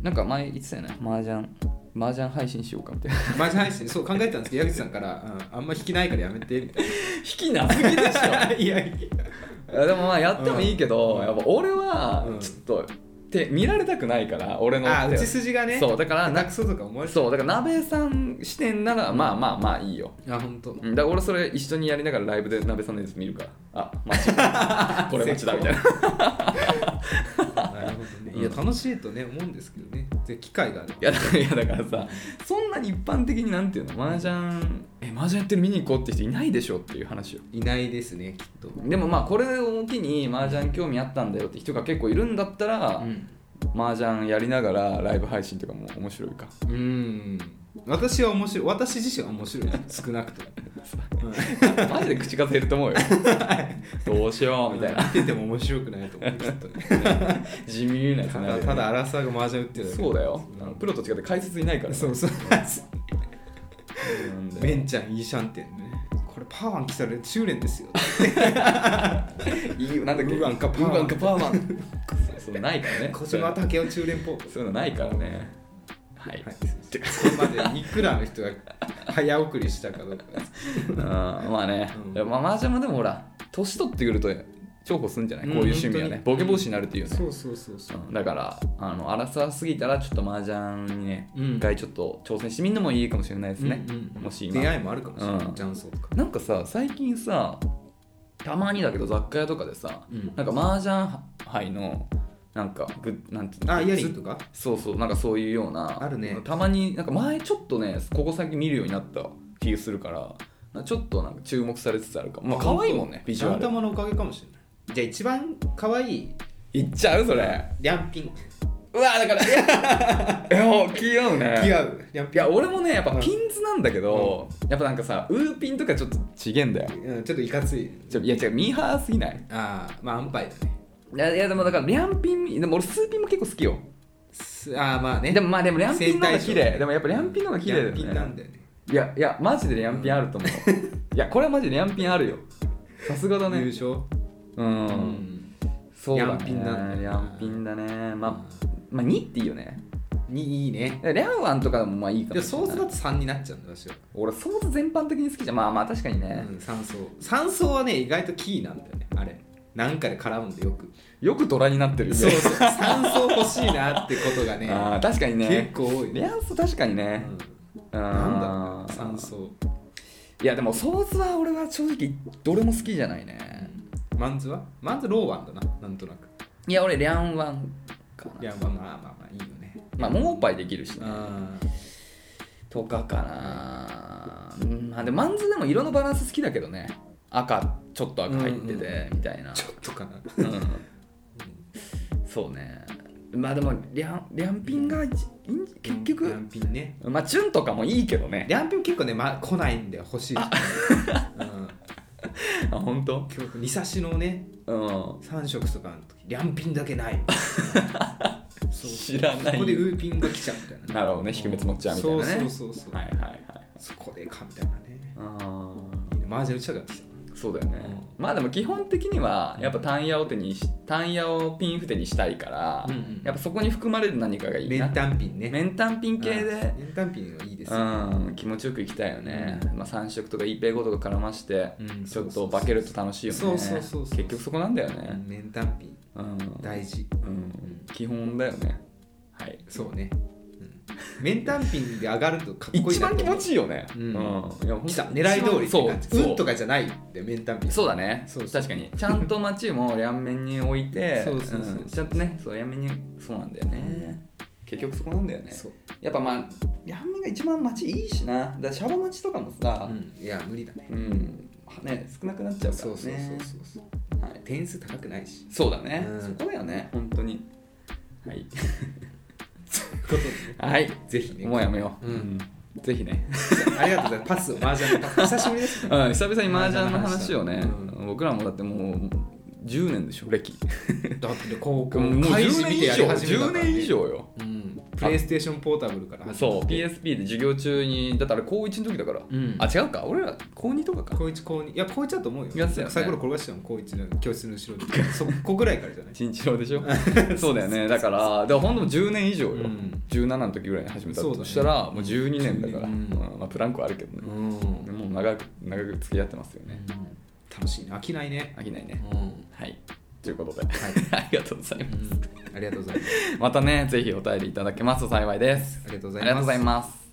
なんか前言ってたよね麻雀麻雀配信しようかみたいな
麻雀配信そう考えてたんですけど矢口さんから、うんあんま引きないからやめてみたい
引きなすぎでし
ないやいや
ょでもまあやって もいいけど、
うん
やっぱ俺は
うん
ちょっと、て見られたくないから俺の
あ
手
打ち筋がね
そうだから
な
な
くそとか思われて
そうだから鍋さん視点ならまあまあまあいいよ
あ本当。
うんだから俺それ一緒にやりながらライブで鍋さんのやつ見るからあマチこれマチだみたいな
なるほどねいや楽しいとね思うんですけどねで機会がある
いやだからいやだからさそんなに一般的になんていうの麻雀え麻雀やってる見に行こうって人いないでしょっていう話よ
いないですねきっと、
でもまあこれを機に麻雀興味あったんだよって人が結構いるんだったら、
ん
麻雀やりながらライブ配信とかも面白 いか
うん私は面白い私自身は面白いです少なくと も、
マジで口数減る と思うよどうしようみたいな
見てても面白くないと思うきっと ね
地味なやつ
た
にな
だ
る
ただ
よね
アラサーが麻雀打ってるだけ
そうだよあのプロと違って解説いないからね
そう そう
なんだよ
ベンちゃんいいシャンテンねこれパワーン来たら中連ですよ
いいよなんだっけ
ウーアンかパーマン
ウアンかパーマンそうそうないからね
小島武雄中連ポー
そういうのないからねはい、
はいそれまでいくらの人が早送りしたかどうかです
うんまあね、
うん
でもまあ麻雀もでもほら年取ってくると重宝するんじゃない、
うん
こういう趣味はね
本当
ボ
に
ケ防止になるっていうね
そうそうそうそう
うんだからあの荒さすぎたらちょっと麻雀にね、
うん
一回ちょっと挑戦してみるのもいいかもしれないですね、
うんうん
もし今
出会いもあるかもしれない、
うん
雀荘とか
なんかさ最近さたまにだけど雑貨屋とかでさ、
うん
なんか麻雀杯のなんかグッなんていうの
あイヤリン
グッズ
グとか
そうそうなんかそういうような
あるね
たまになんか前ちょっとねここ最近見るようになった気がするからなちょっとなんか注目されつつあるかもまあ可愛いもんねビジュア
ジャン
ル
玉のおかげかもしれないじゃあ一番可愛い
いっちゃうそれ
リャンピン
うわだから いやいや気合うね
気合うやっ
いや俺もねやっぱピンズなんだけど、やっぱなんかさウーピンとかちょっとちげんだよ
うんちょっといかつい
ちょいや違うミーハーすぎない
ああまあ安牌だね
いやいやでもだからリャンピンでも俺スーピンも結構好きよ
すああまあね
でもまあでもリャンピンの方が
生
綺
態
麗でもやっぱリャンピンの方が綺麗だよ
ピンなん
ね
だよね
いやいやマジでリャンピンあると思う、 いやこれはマジでリャンピンあるよさすがだね
優勝
うん、
うん
そうだね
リャンピンなんだ
リャンピンだねまあまあ2っていいよね
にいいね
リャンワンとかもまあいいか
で
も
も
し
ソ
れな
ー
い
スだと3になっちゃうんだ私は
俺ソース全般的に好きじゃんまあまあ確かにね、
うん三層三層はね意外とキーなんだよねあれなんかで絡むんでよく
よくドラになってるよね
そう そう三層欲しいなってことがね
あー確かにね
結構多い
リ
ね
アンス確かにね、うん、
なんだろうね三層
いやでもソースは俺は正直どれも好きじゃないね
マンズはマンズローワンだななんとなく
いや俺リャンワンか
い
な
やまあまあまあまあいいよね
まあもうおっぱいできるし、ね、
あ
とかかなうんまあでもマンズでも色のバランス好きだけどね赤ちょっと赤入っててみたいな、
ちょっとかな
うんそうねまあでもリャンリャンピンがいい結
リ
局
ャンピンね
まあチュンとかもいいけどね
リャンピン結構ね、ま、来ないんだよ欲しい人ねうん
あ本当
今日二差しのね
うん
三色とかの時リャンピンだけないそう
知らない
ここでウーピンが来ちゃうみたいなね
なるほどね低め積もっちゃうみたいなね
そうそうそうそう、
はいはいはい
そこでかみたいなね
あ
いいねマージャン打ちたくなってきた
ーそうだよね、まあでも基本的にはやっぱ単ヤを手にし単ヤをピンフテにしたいから、
うんうん
やっぱそこに含まれる何かがいい
メ
な
ンタンピンね
メンタンピン系で
メンタンピンはいいです
う
よ
ん気持ちよくいきたいよね、まあ、3色とかイーペイゴとか絡まして、
うん
ちょっと化けると楽しいよね
そうそうそうそう
結局そこなんだよね
メンタンピン
うん、
大事
うん、基本だよねはい
そうね、うん、メンタンピンで上がるとかっこいい
一
な
番気持
い
ちいいよね、
うん
いやほんと
来た狙い通りって
そう
感じ
そう
運とかじゃないんだよメンタンピン
そうだね
そう
確かにちゃんと街も両面に置いて
そうそうそうん
ちゃんとねそう両面にそうなんだよね結局そこなんだよね
そう
やっぱまあ両面が一番街いいしなだからシャバ街とかもさ
うんいや無理だね
うん、ね少なくなっちゃうか
そ
ら
う
ね
そうそうそうそう
はい、
点数高くないし
そうだね、
うん
そこだよね本当にはい
ことで
はい
ぜひね
もうやめよう、
うん
ぜひね
ありがとうございますパスをマージャンのパス久しぶりですね
うん、 久々に麻雀の話をね、
う
僕らもだってもう10年でしょ歴
だってね高校
もう10
開
年
始
以
見てやり
上
始めた
10
からね
年以上よ
うんプレイステーションポータブルから
そう
始まって
PSP で授業中にだってあれ高1の時だから、
うん
あ違うか俺ら高2とかか
高一高二いや高一だと思うよ
やつだよね
最後の転がしてたの高一の教室の後ろでそこぐらいからじゃない
陳一郎でしょ そうだよね だからだからほんともう10年以上よ、
うん
17の時ぐらいに始めた
そう
と
だね
したらもう12年だから、
うん
うんまあ、プランクはあるけどね、
ん
もう長く長く付き合ってますよね
楽しいね飽きないね
飽きないうね
んは
はいということで
い
ありがとうございます
うんありがとうございます
またねぜひお便りいただけますと幸いです
ありがとうご
あ
ざいます
りがとうございます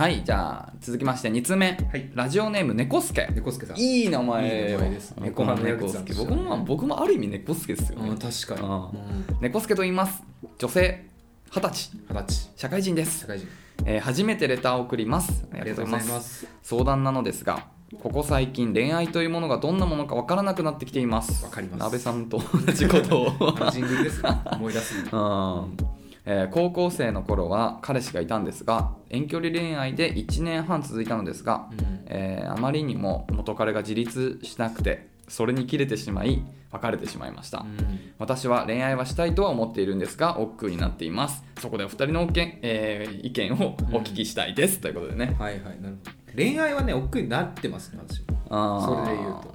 はいじゃあ続きまして2つ目、
はい
ラジオネーム猫助
猫助さん
いい名
いい
前
名前です
猫の猫助僕もまあ僕もある意味猫助ですよ
う
ね
ん確
う
か
ん
にうん
猫助と言います女性二十歳
二十
社会人で
歳社
す、
会人
えー初めてレターを送りますありがとうございます
す
相談なのですがここ最近恋愛というものがどんなものか分からなくなってきています
わかります
鍋さんと同じこと を
あのジングルですね思い出すの
うんえー高校生の頃は彼氏がいたんですが遠距離恋愛で1年半続いたのですが、
うん
えーあまりにも元彼が自立しなくてそれに切れてしまい別れてしまいました、
うん
私は恋愛はしたいとは思っているんですが億劫になっていますそこでお二人のおけ、えー意見をお聞きしたいです、ということでね
はいはいなるほど恋愛はね億劫になってますね私も
あー
それで言うと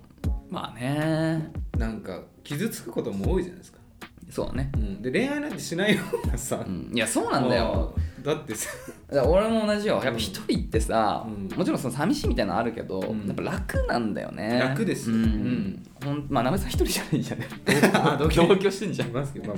まあね
なんか傷つくことも多いじゃないですか、
そうだね、
うん、で恋愛なんてしないようなさ、
うん、いやそうなんだよ
だってさ
だから俺も同じよやっぱ一人ってさ、
うん
もちろんその寂しいみたいなのあるけど、
ん
やっぱ楽なんだよね
楽です
う
よ
ん、
うん
ほんまあなめさん一人じゃないじ ゃん
同
同
居
居してんじゃ
い
ん、
ますけど、まあ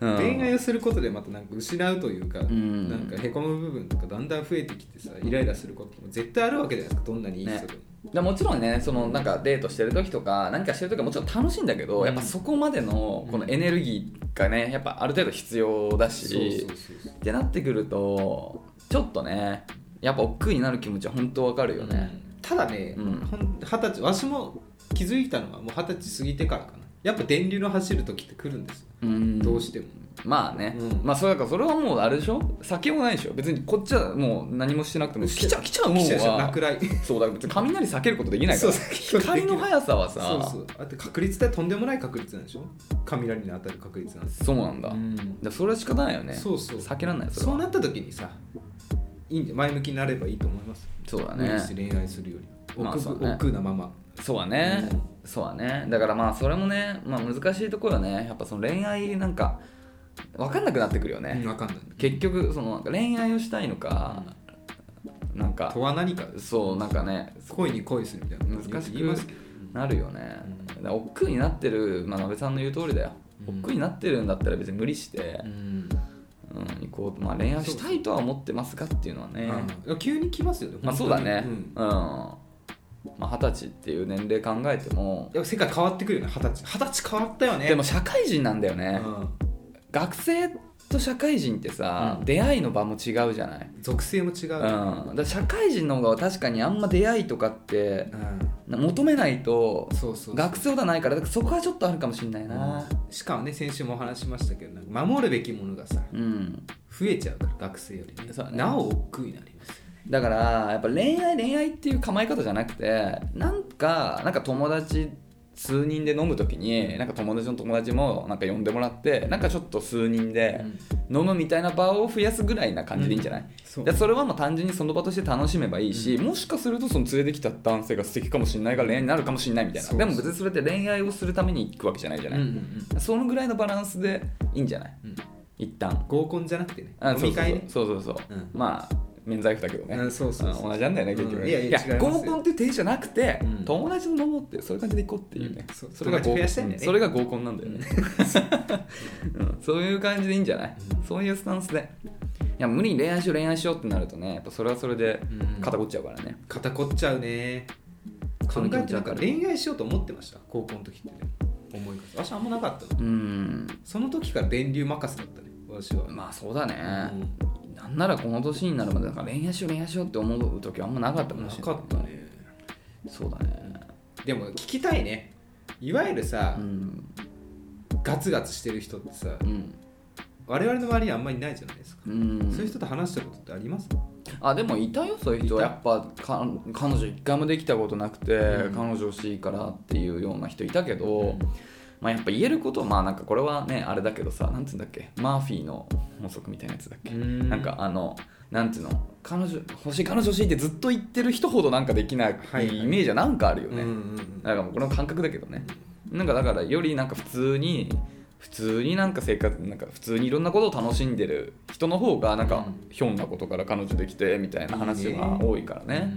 う
まあ、
ん、
恋愛をすることでまたなんか失うというか、
ん
なんかへこむ部分とかだんだん増えてきてさイライラすることも絶対あるわけじゃないですかどんなにいい人でも、
だもちろんねそのなんかデートしてる時とか何かしてる時はもちろん楽しいんだけど、
うん
やっぱそこまでのこのエネルギーがねやっぱある程度必要だし
そうそうそうそう
ってなってくるとちょっとねやっぱ億劫になる気持ちは本当わかるよね、
ただね
うん
ほん二十、歳わしも気づいたのはもう二十歳過ぎてからかなやっぱ電流の走る時って来るんですよ、
うん
どうしても
まあね、
うん
まあそれだからそれはもうあれでしょ先もないでしょ別にこっちはもう何もしてなくても来ちゃ来ちゃうもん
汽車じゃ
は
落雷
そうだから別に雷避けることできないか
そう
ら
そう
光の速さはさ
そうそうあと確率ってとんでもない確率なんでしょ雷に当たる確率なんです
そうなんだ、
うん
だからそれは仕方ないよね
そうそう
避けられないよそれ
そう
は
なった時にさいいんじゃ前向きになればいいと思います
そうだ
無
ね
理して恋愛するより
まあ
奥,、
そうね
奥なまま
そうだね、
うん
そうだねだからまあそれもね、まあ、難しいところよねやっぱその恋愛なんか分かんなくなってくるよね、
分かんない
結局そのなんか恋愛をしたいのか、なんか
とは何か
そうなんかね
恋に恋するみたいな
難し
言います
く
けど
なるよね、だから億劫になってる、まあ、鍋さんの言う通りだよ、
うん
億劫になってるんだったら別に無理して
う、ん
うん行こう、まあ、恋愛したいとは思ってますかっていうのはね、
うん急に来ますよね
まあそうだね、う
本
ん
当にうん
まあ、二十歳っていう年齢考えても、
やっぱ世界変わってくるよね二十歳二十歳変わったよね
でも社会人なんだよね、
う
学生と社会人ってさ、
うん
出会いの場も違うじゃない、
ん属性も違う
うん、だ
う
から社会人の方が確かにあんま出会いとかって
ん
な求めないと
そうそう
学生ではないからだからそこはちょっとあるかもしれないな
うんしかもね先週もお話しましたけどなんか守るべきものがさ
うん
増えちゃうから学生よりね
そうだね
なお億劫になります
だからやっぱ恋愛恋愛っていう構え方じゃなくてなんかなんか友達数人で飲む時になんか友達の友達もなんか呼んでもらってなんかちょっと数人で飲むみたいな場を増やすぐらいな感じでいいんじゃない、
そ
でそれはもう単純にその場として楽しめばいいし、もしかするとその連れてきた男性が素敵かもしれないから恋愛になるかもしれないみたいな
そう
でも別にそれって恋愛をするために行くわけじゃないじゃ
うん
な
う
い、
んうん
そのぐらいのバランスでいいんじゃない
うん
一旦
合コンじゃなくてね
あ
飲み会ね
そうそうそうそうそうそう、
うん
まあ免罪符だけどね、
うんそうそうそう
同じなんだよね結局、
うんいやいや違いますよ
合コンっていう定義じゃなくて、
うん
友達と飲もうってそういう感じで行こうっていうね、
うんそう
それが合
友達増やしたいんだよね
それが合コンなんだよね、うん そういう感じでいいんじゃない、そういうスタンスでいや無理に恋愛しよう恋愛しようってなるとねやっぱそれはそれで
うん
肩こっちゃうからね、
肩こっちゃうね考
その気
え
持ち
てな
わ
ん
か
か
る
恋愛しようと思ってました高校の時ってね思い返す私あんまなかったの
うん
その時から電流任せだったね私は
まあそうだね、なんならこの年になるまでなんか恋愛しよう恋愛しようって思う時はあんまなかったかも
な
しれな
か
い
ったね
そうだね
でも聞きたいねいわゆるさ、
うん
ガツガツしてる人ってさ
うん
我々の周りにあんまりいないじゃないですか、
うん
そういう人と話したことってあります
あでもいたよそういう人
いた
やっぱか彼女一回もできたことなくて、
うん
彼女欲しいからっていうような人いたけど、
うん
まあ、やっぱ言えることはまあなんかこれはねあれだけどさなんて言うんだっけマーフィーの法則みたいなやつだっけ、
うん
なんかあのなんていうの彼女欲しい彼女欲しいってずっと言ってる人ほどなんかできない
はいはい
イメージはなんかあるよ
うん
ね、
うん
なんかもうこれの感覚だけどねなんかだからよりなんか普通に普通になんか生活なんか普通にいろんなことを楽しんでる人の方がなんか
うん
ひょんなことから彼女できてみたいな話が多いから
うん
ね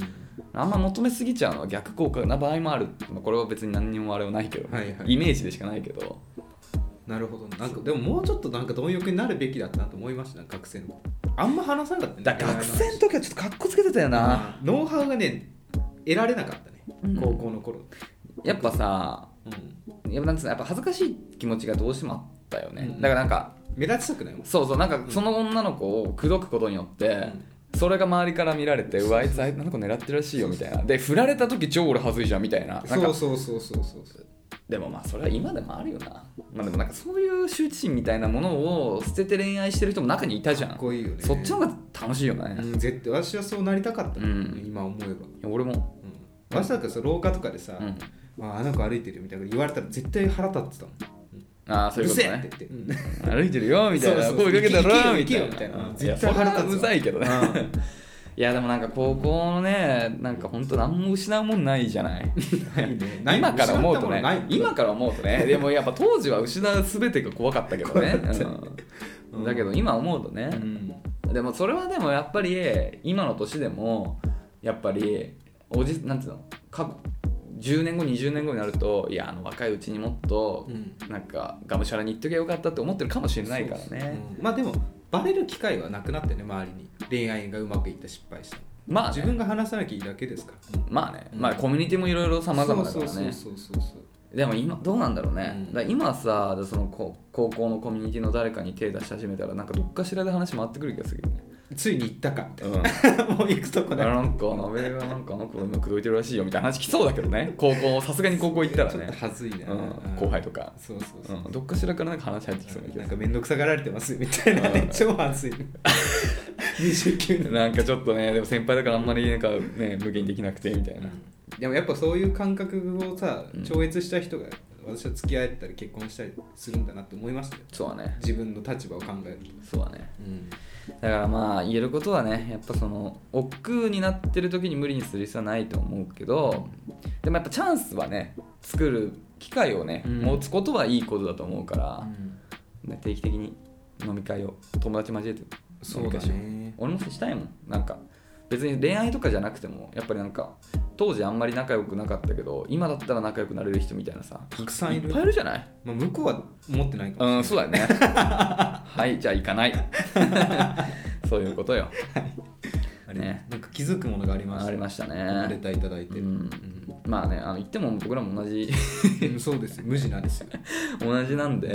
あんま求めすぎちゃうのは逆効果な場合もあるまあこれは別に何にもあれはないけど、
はいはい
イメージでしかないけど
なるほどなんかでももうちょっとなんか貪欲になるべきだったなと思いました学生の頃あんま話さなかったね
だから学生の時はちょっとかっこつけてたよな、
うんノウハウがね得られなかったね、
うん
高校の頃、
やっぱさ
うん、
やっぱなんつうのやっぱ恥ずかしい気持ちがどうしてもあったよね、
うん
だからなんか
目立ちたくないもん
そうそうなんかその女の子を口説くことによって、それが周りから見られてうわあいつあい つあの子狙ってるらしいよみたいなで振られた時超俺はずいじゃんみたいななんか
そうそうそうそうそうそう
でもまあそれは今でもあるよなまあでもなんかそういう羞恥心みたいなものを捨てて恋愛してる人も中にいたじゃ
か
ん
っこいいよね
そっちの方が楽しいよね、
うん、絶対私はそうなりたかった、
うん
今思えば、
いや俺も、
うん、私だからさ廊下とかでさ、
うん、
ああの子歩いてるみたいなこと言われたら絶対腹立ってたもん
ああそういうこと
うる
ね
せえって言って、
歩いてるよみたいな
そうそうそう
声かけたら
行
み
け
た
よ
い
行けよみ
な
たいな
や
絶対
それ
腹
は
立つわ
うざいけどね
う
いやでもなんか高校のねなんか本当何も失うもんないじゃない
ないねない
今から思う
失った
と
もの
ね
ない
今から思うとねでもやっぱ当時は失う全てが怖かったけど ね、うん
うん
だけど今思うとね
う、ん
でもそれはでもやっぱり今の年でもやっぱりおじなんていうのか10年後20年後になるといやあの若いうちにもっと
うん
なんかがむしゃらに言っときゃよかったって思ってるかもしれないからね
うんまあでもバレる機会はなくなってね周りに恋愛がうまくいった失敗した
まあ
自
ね
分が話さなきゃいいだけですから
まあね、
うん
まあコミュニティもいろいろ様々だからね
そうそうそうそうそう
でも今どうなんだろうね、
うん
だから今さそのこ高校のコミュニティの誰かに手出し始めたらなんかどっかしらで話回ってくる気がするけどね、
ついに行ったか みたい
うん
なもう行くとこ
だから
だ
なんか、鍋がなんか、あの子今口説いてるらしいよみたいな話来そうだけどね、 高校、さすがに高校行ったら
ちょっと
ね、
はずいね、
うん、後輩とか、
そうそうそうう、
ん、どっかしらからなんか話入ってきそうな気
な
が
ん
す
か面倒くさがられてますみたいなね、
うん
超はずいね 29
る。なんかちょっとね、でも先輩だからあんまりなんかね、無限にできなくてみたいな。
でもやっぱそういう感覚をさ
うん
超越した人が私は付き合えたり結婚したりするんだなって思いましたよ
そうだね、
自分の立場を考えると、
そうだね。だからまあ言えることはねやっぱその億劫になってる時に無理にする必要はないと思うけどでもやっぱチャンスはね作る機会をね、
うん
持つことはいいことだと思うから、ね定期的に飲み会を友達交えて
そうだね
俺もしたいもんなんか別に恋愛とかじゃなくてもやっぱりなんか当時あんまり仲良くなかったけど今だったら仲良くなれる人みたいなさ
たくさんいる
っぱいいるじゃない
まあ、向こうは持ってないかも
うん
し
そうだよね はいじゃあ行かない そういうことよ
れない、
ね
なんか気づくものがありました
ありました
おめ
ね
でたいいただいて、
うんまあねあの言っても僕らも同じ
うん そうですよ無地なんですよ
同じなんで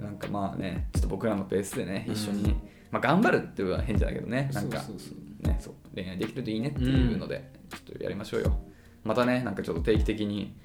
なんかまあねちょっと僕らのペースでね一緒に、
うん
まあ、頑張るっていうのは変じゃないけどねなんか
そうそうそう
ね、そう恋愛できるといいねっていうので、ちょっとやりましょうよまたねなんかちょっと定期的に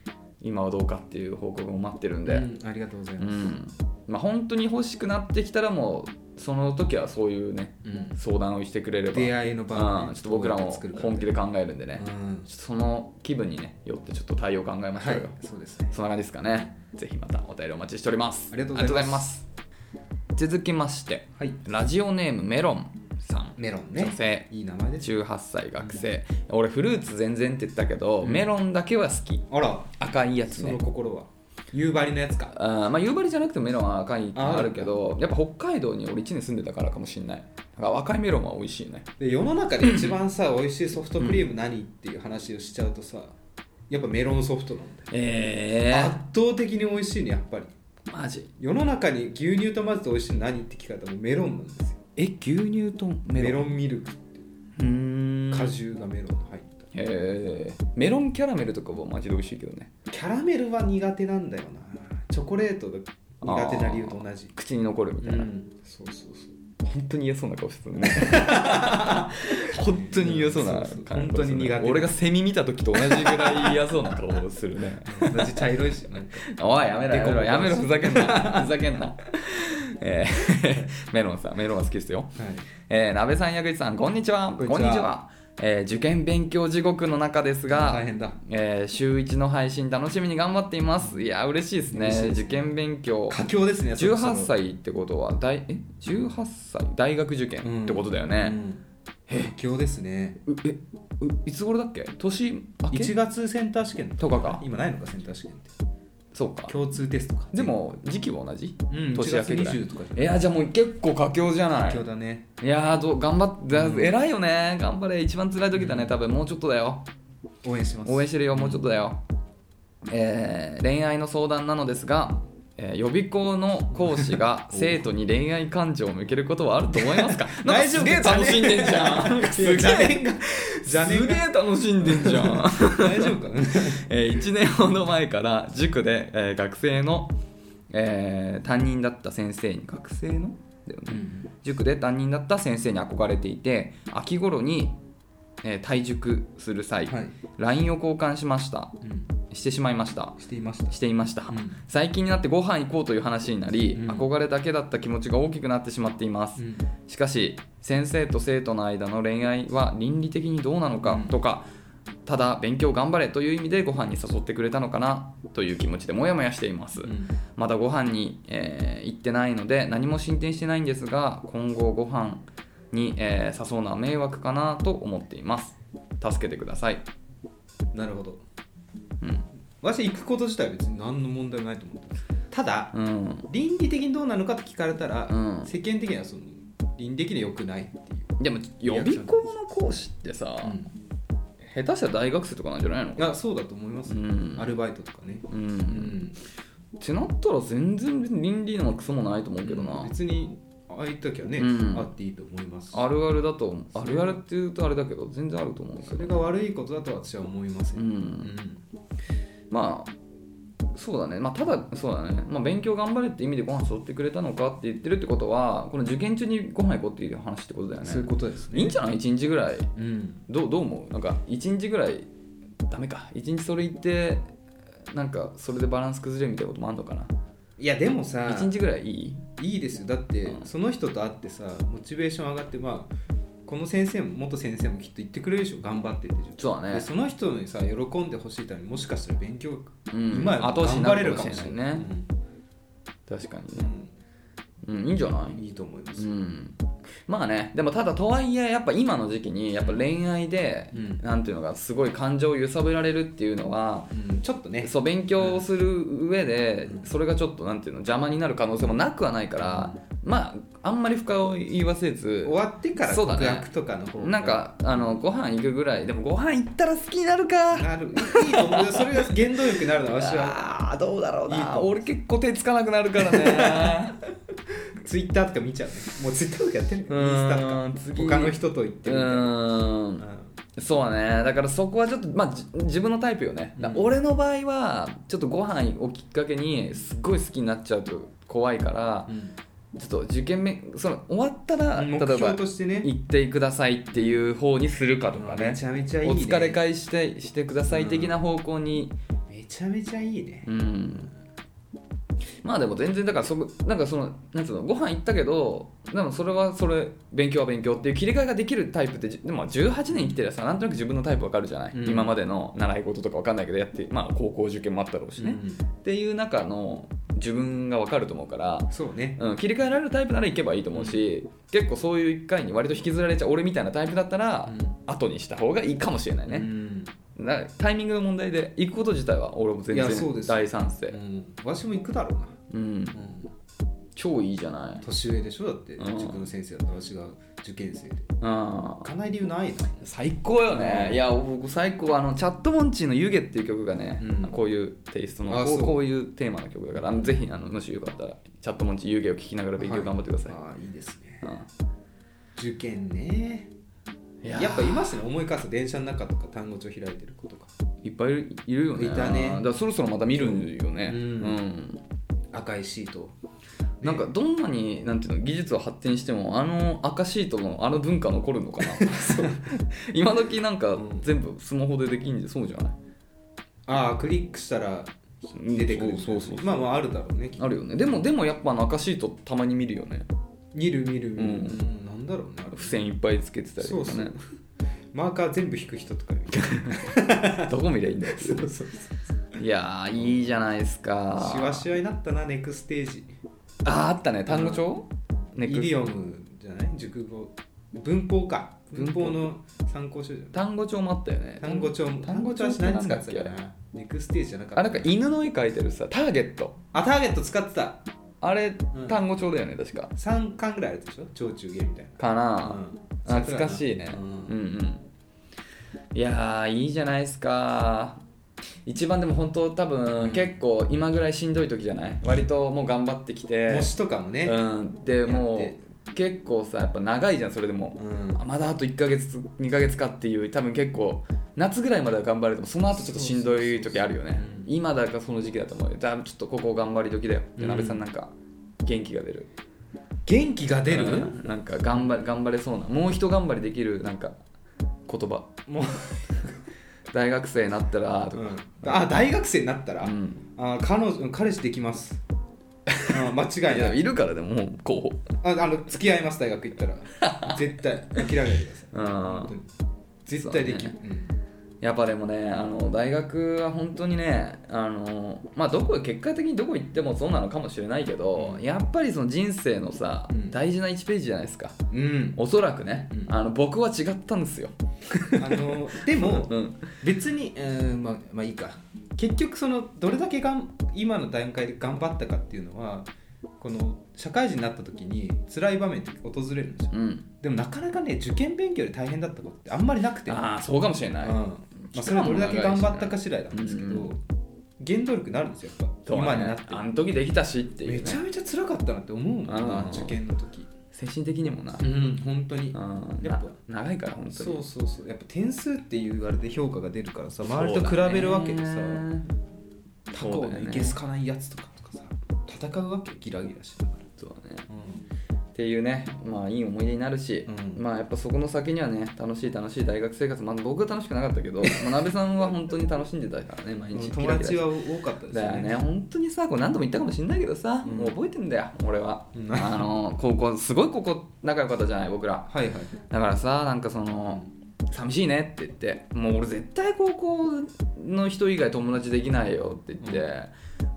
今はどうかっていう報告も待ってるんで、うん
うんありがとうございます、
まあ本当に欲しくなってきたらもうその時はそういうね
うん
相談をしてくれれば
出会いの場をね
うんちょっと僕らも本気で考えるんでね、
う
ちょ
ん
っとその気分にねよってちょっと対応考えましょ
は
うよ、
いそうですね
そんな感じですかねぜひまたお便りお待ちしております
ありがとうございます
ありがとうございます続きまして
はい
ラジオネームメロンさん
メロンね
女性
いい名前ですよ
18歳学生俺フルーツ全然って言ったけど、メロンだけは好き
あら
赤いやつ
その
ね
心は夕張のやつか
あーまあ夕張じゃなくてもメロンは赤いって
あ
あるけどやっぱ北海道に俺1年住んでたからかもしんないだから赤いメロンは美味しいね
で世の中で一番さ美味しいソフトクリーム何っていう話をしちゃうとさやっぱメロンソフトなんだよ
え
圧倒的に美味しいねやっぱり
ー、マジ
世の中に牛乳と混ぜて美味しいの何って聞かれたらもうメロンなんですよ
え牛乳とメ
メロ
ロン
ンミルク
うーん
果汁がメロン入った
えー、メロンキャラメルとかはマジで美味しいけどね
キャラメルは苦手なんだよなチョコレートが苦手な理由と同じ
口に残るみ
う
たいな、
んそうそうそう
本当に嫌そうな顔してたね 本当に嫌そうな
そうそう
感じ
本当に苦手
俺がセミ見た時と同じぐらい嫌そうな顔をするね
同じ茶色いしなんか
おいやめろやめろ
で
やめろふざけん なふざけんなえー メロンさんメロンは好きですよ
はい
えー、鍋さん矢口さんこんにちは
こんにちは
えー受験勉強地獄の中ですが
大変だ
えー週1の配信楽しみに頑張っていますいや嬉しいですね
嬉しいです
受験勉強
佳境ですねそろそろ
18歳ってことは大え18歳大学受
う
験
ん
ってことだよね、
うん佳境ですね
うえういつ頃だっけ年明け
1月センター試験
とかか
今ないのかセンター試験って
そうか
共通テストか
でも時期は同じ、
うん
年明けぐらい
1月20とかじゃない
いやじゃあもう結構佳境じゃな
佳
い
境だね
いやーどう頑張ってだ偉いよね頑張れ一番辛い時だね多分もうちょっとだよ
応援します
応援してるよもうちょっとだよ、えー恋愛の相談なのですが、えー予備校の講師 が生徒に恋愛感情を向けることはあると思いますかなんか
大丈
す
夫
げえ楽しんでんじ ゃん すげえ
邪念が邪
す
念
げ
が
え楽しんでんじゃん
大丈夫 かな
えー1年ほど前から塾で、えー学生の、えー担任だった先生に学生のだよね塾で担任だった先生に憧れていて秋頃に、えー退塾する際、
はい
LINE を交換しました
うん
してしまいました
していました
していました、
うん
最近になってご飯行こうという話になり、
うん
憧れだけだった気持ちが大きくなってしまっています、
うん
しかし先生と生徒の間の恋愛は倫理的にどうなの
う
か
ん
とか、ただ勉強頑張れという意味でご飯に誘ってくれたのかなという気持ちでモヤモヤしています、
うん
まだご飯に、えー行ってないので何も進展してないんですが今後ご飯に、えー誘うのは迷惑かなと思っています助けてください、
なるほど
うん
私行くこと自体は別に何の問題もないと思ってますただ
うん、
倫理的にどうなのかって聞かれたら
うん
世間的にはその倫理的に良くないっていう
でも予備校の講師ってさ、
うん
下手したら大学生とかなんじゃないの
いやそうだと思います
うん
アルバイトとかね
う
うん
ってなったら全然倫理のクソもないと思うけどな、
別にああいう時はね
うん
あっていいと思います
あるあるだと思うあるあるって言うとあれだけど全然あると思うけ
そ
ど
れが悪いことだとは私は思いませ
うん
うん
まあそうだね、まあ、ただそうだね、まあ、勉強頑張れって意味でご飯誘ってくれたのかって言ってるってことはこの受験中にご飯行こうっていう話ってことだよね
そういうことですね
いいんじゃない1日ぐらい
うん
どうどう思うなんか1日ぐらいダメか1日それ行ってなんかそれでバランス崩れるみたいなこともあんのかない
やでもさ
1日ぐらいいい
いいですよだって
うん
その人と会ってさモチベーション上がってまあこの先生も元先生もきっと言ってくれるでしょ頑張ってって
そうだ
で
ね
その人にさ喜んでほしいためにもしかしたら勉強
うん
今よりも
後押
頑
しにな
張れる
る
か
か
も
も
し
し
れ
れ
な
ないいね確かにねうんいいんじゃな
うん
い
いいと思いま
う
す
んまあねでもただとはいえやっぱ今の時期にやっぱ恋愛で、
うん
なんていうのがすごい感情を揺さぶられるっていうのは
うんちょっとね
そう勉強をする上で
うん
それがちょっとなんていうの邪魔になる可能性もなくはないからまああんまり深を言わせず
終わってから
そうだ
告
ね
白とかの方が
なんかあのご飯行くぐらいでもご飯行ったら好きになるか
なるいいと思うよそれが原動力になるのはわしは
あーどうだろうない
いと思う
俺結構手つかなくなるか らね
ツイッターとか見ちゃうねもうツイッターとかやってる
う
のインスタとか
ーん次
他の人と言って
う
るみたいな
ーんそうねだからそこはちょっと、まあ、じ自分のタイプよね、だから
うん
俺の場合はちょっとご飯をきっかけにすっごい好きになっちゃうと怖いから
う、ん
ちょっと受験めその終わったら例え
目標
ば
としてね
行ってくださいっていう方にするかとかね
めちゃめちゃいい
お
ね
疲れ会してしてください的な方向に
めちゃめちゃいいね
うん、まあでも全然だからそこなんかそのなんつうのご飯行ったけどでもそれはそれ勉強は勉強っていう切り替えができるタイプってじでも18年生きてるらさなんとなく自分のタイプわかるじゃない、
うん
今までの習い事とかわかんないけどやってまあ高校受験もあったろうしね、っていう中の自分がわかると思うから
そうね
うん、切り替えられるタイプなら行けばいいと思うし、結構そういう1回に割と引きずられちゃう俺みたいなタイプだったら、後にした方がいいかもしれないね、
うん
だからタイミングの問題で行くこと自体は俺も全
いやそうで
然
す
大賛成
うんわしも行くだろうな
うん、超いいじゃない
年上でしょだって
うん
塾の先生だったら私が受験生で
うん
行かない理由ないな
最高よね、
うん
いや僕最高あのチャットモンチーの「湯気」っていう曲がね、
うん
こういうテイストの
あ
こう
そう
こういうテーマの曲だからあのぜひあのもしよかったらチャットモンチー湯気を聴きながら勉強頑張ってください、
ああいいですね
う
受験ね
んい
や
や
っぱいますね思い返す電車の中とか単語帳開いてる子とか
いっぱいいるいるよね
いたね
だからそろそろまた見るよね
うん
うん
赤いシート
なんかどんなになんていうの技術を発展してもあの赤シートのあの文化残るのかな 今時なんか
うん
全部スマホでできんでそうじゃない
ああクリックしたら出てくる
そうそうそう
まあまああるだろうねきっと
あるよねでもでもやっぱあの赤シートたまに見るよね
見る見る見る
うん
うんなんだろうねあれ
付箋いっぱいつけてたり
そ
と
う
か
そ
ね
うマーカー全部引く人とかいる
どこ見りゃいいんだよ
そうそうそう
いやーいいじゃないですか
しわしわになったなネクステージ
あーあったね単語帳、ネ
イ
クスト
ディオムじゃない熟語文法か文
文法
法の参考書じゃない
単語帳もあったよね
単語帳単
単
語
語
帳
帳
は
っ
して何
何
使
だ
っ
ってけ
たかなネクステージじゃなかった
あなんか犬の絵描いてるさターゲット
あターゲット使ってた
あれ、
うん
単語帳だよね確か
3巻ぐらいあるでしょ超中下みたい
か
な、
な、
うん
懐かしいね、
う
うん、うん
ん
いやーいいじゃないですか一番でも本当多分結構今ぐらいしんどい時じゃない割ともう頑張ってきて
模試とかもね、
うんでも
やって
う結構さやっぱ長いじゃんそれでも、
うん
あまだあと1ヶ月2ヶ月かっていう多分結構夏ぐらいまでは頑張れてもその後ちょっとしんどい時あるよ
そう
ね
そうそうそう
今だからその時期だと思うよだちょっとここ頑張り時だよって鍋さんなんか元気が出る
元気が出る、
うんなんか頑張れ頑張れそうなもう一頑張りできるなんか言葉
もう、
大学生になったらとか、
あ大学生になったら、
うん
あ彼女彼氏でき ますあ間
い
違いな
や
い
いるからでももう候補
ああの付き合います大学行った ら絶対諦めないでください
うん
本当に絶対できる、
そ
うん
やっぱでもねあの大学は本当にねあの、まあ、どこ結果的にどこ行ってもそうなのかもしれないけど、やっぱりその人生のさ、
うん
大事な1ページじゃないですか
うん、
おそらくね、
うん
あの僕は違ったんですよ、
あ のでも
うん、
別に、うんまあ、まあいいか結局そのどれだけがん今の段階で頑張ったかっていうのはこの社会人になった時に辛い場面って訪れるんですよ
うん、
でもなかなかね受験勉強で大変だったことってあんまりなくて
ああそうかもしれない、
うんまあ、それはどれだけ頑張ったか次第なんですけど、
うんうん
原動力になるんですよやっぱ、
そうだね
今になって
あの時できたしっていう、ね、
めちゃめちゃ辛かったなって思うもんな
うん
受験の時
精神的にもな、
ん本当に
うん
やっぱ
な長いから本当に
そうそうそうやっぱ点数っていうあれで評価が出るからさ周りと比べるわけでさ、
そうだね
他校のいけすかないやつとかとかさ戦うわけギラギラしてたか
そうだね
ら、
っていうねまあいい思い出になるし、
うん
まあやっぱそこの先にはね楽しい楽しい大学生活まあ僕は楽しくなかっ たけど、まあ、鍋さんは本当に楽しんでたからね毎日
友達は
は
多かったです
だ
よ
よ
ね
ね本当にさこう何度も言ったかもしれないけどさ、
うん
もう覚えてんだよ俺は、
うん
あの高校すごい高校仲良かったじゃない僕ら
はいはい
だからさなんかその寂しいねって言ってもう俺絶対高校の人以外友達できないよって言って、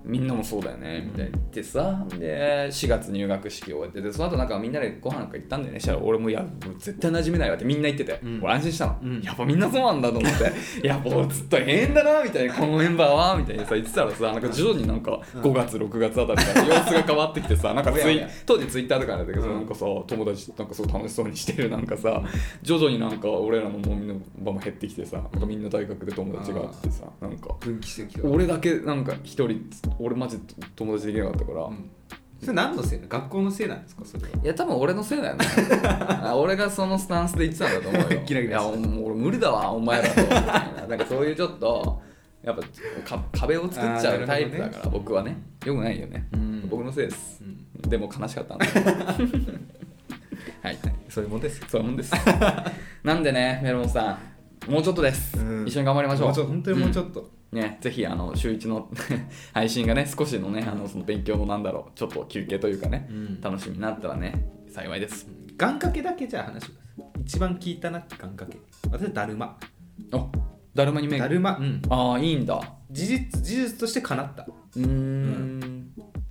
みんなもそうだよねみたいに言ってさで4月入学式終えてでその後なんかみんなでご飯なんか行ったんだよねしたら俺もいやもう絶対馴染めないわってみんな言ってて、
うん
俺安心したの、
うん
やっぱみんなそうなんだと思っ てやっぱ俺ずっと変だなみたいなこのメンバーはみたいにさ言ってたらさなんか徐々になんか
うん
5月6月あたりから様子が変わってきてさなんかツイ
おやおや
当時ツイッターとかなんだけど、
うん
なんかさ友達なんかそう楽しそうにしてるなんかさ徐々になんか俺らのもみの場も減ってきてさなんかみんな大学で友達がってさなんか
分岐してきた
俺だけなんか一人俺マジ友達できなかったから、
うんそれ何のせいなの学校のせいなんですかそれはい
や多分俺のせいだよ ねあ俺がそのスタンスで言ってたんだと思うよ
ギラギラ
い
し
や
て
もう俺無理だわお前らとみたいななんかそういうちょっとやっぱか壁を作っちゃ
あー
う
な
タ
る
イ
ほどね
プだから、僕はねよくないよね、
うん
僕のせいです、
うん
でも悲しかった んだはい
そういうもんです
そういうもんです なんでねメロンさんもうちょっとです、
うん
一緒に頑張りましょう
もうちょっと本当にもうちょ
と、
っと、
うんね、ぜひあの週一の 配信がね少しのねあのその勉強のなんだろうちょっと休憩というかね、
うん
楽しみになったらね幸いです
願掛けだけじゃあ話します一番聞いたなって願掛け私だるま
あだるまに目
だ
が
るまうん
ああいいんだ
事実事実として叶った
うーん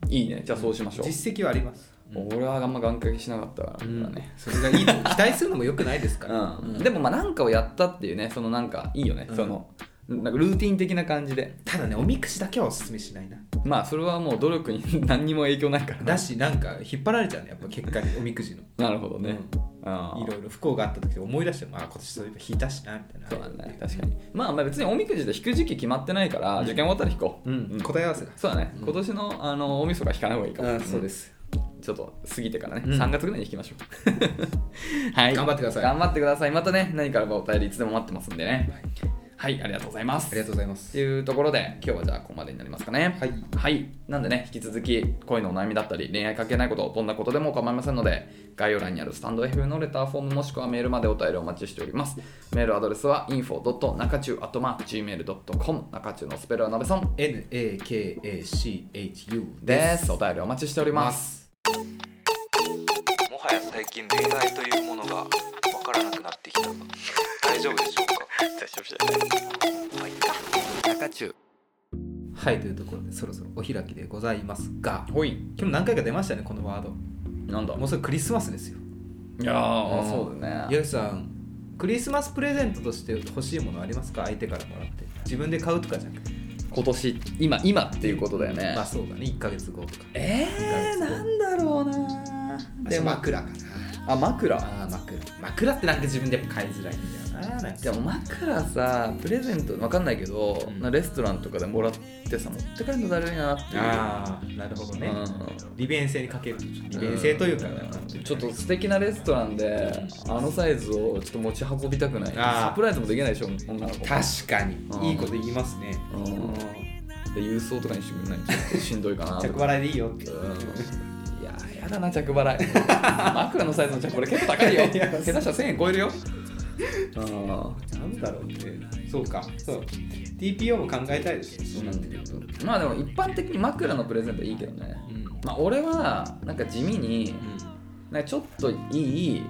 いいねじゃあそうしましょう、
実績はあります、
俺はあんま願掛けしなかったからね、
それがいいと期待するのもよくないですから、
うん
うん
でもまあなんかをやったっていうねそのなんかいいよね、
うん
そのなんかルーティン的な感じで
ただねおみくじだけはおすすめしないな
まあそれはもう努力に 何にも影響ないから
だしなんか引っ張られちゃうねやっぱ結果にお みくじの
なるほどね、ああ
いろいろ不幸があった時思い出してもあ今年そういえば引いたしなみたいな
そうだね確かにまあまあ別におみくじで引く時期決まってないから、受験終わったら引こう、
うん、
うん
答え合わせだ
そうだね、今年のあの大晦日は引かない方がいいかも、
す、
ちょっと過ぎてからね、
うん
3月ぐらいに引きましょう はい
頑張ってください
頑張ってくださいまたね何かあればお便りいつでも待ってますんでねはい、ありがとうございます
ありがとうございま
っ
す
ていうところで今日はじゃあここまでになりますかね
はい
なんでね引き続き恋のお悩みだったり恋愛関係ないことどんなことでも構いませんので概要欄にあるスタンド FM のレターフォームもしくはメールまでお便りお待ちしておりますメールアドレスは info.nakachu.gmail.com 中中のスペルはなべさん
NAKACHU
で
です
すお便りお待ちしております
もはや最近恋愛というものがわからなくなってきた大丈夫でしょうか大丈夫じゃないはい中中
はいというところでそろそろお開きでございますが
ほい
今日何回か出ましたねこのワード
なんだ
もうすぐクリスマスですよ
いやー、
うん
そうだね
よしさんクリスマスプレゼントとして欲しいものありますか相手からもらって自分で買うとかじゃなくて
今年今今っていうことだよね、
まあそうだね1か月後とか
えー、なんだろうなでも
枕かな
あ枕
ああ枕枕ってなんか自分でやっぱ買いづらいんだよななん
で
か
も枕さプレゼントわかんないけど、
うん
なレストランとかでもらってさ持って帰るのだるいなっていう
ああなるほどね、
うん
利便性に欠ける利便性というか、
んちょっと素敵なレストランであのサイズをちょっと持ち運びたくない
あー
サプライズもできないでしょ女の子っ
確かに
うん
いいこと言いますね
うん
うん
て郵送とかにしてくれないちょっとしんどいか な
着払いでいいよって
うんいやーやだな着払い枕のサイズの着払い結構高いよ
いや
下手したら1000円超える ようん
なんだろうねそうかそう TPO も考えたいですよそうなってくると、うん
まあでも一般的に枕のプレゼントいいけどね、まあ、俺はなんか地味になんかちょっといい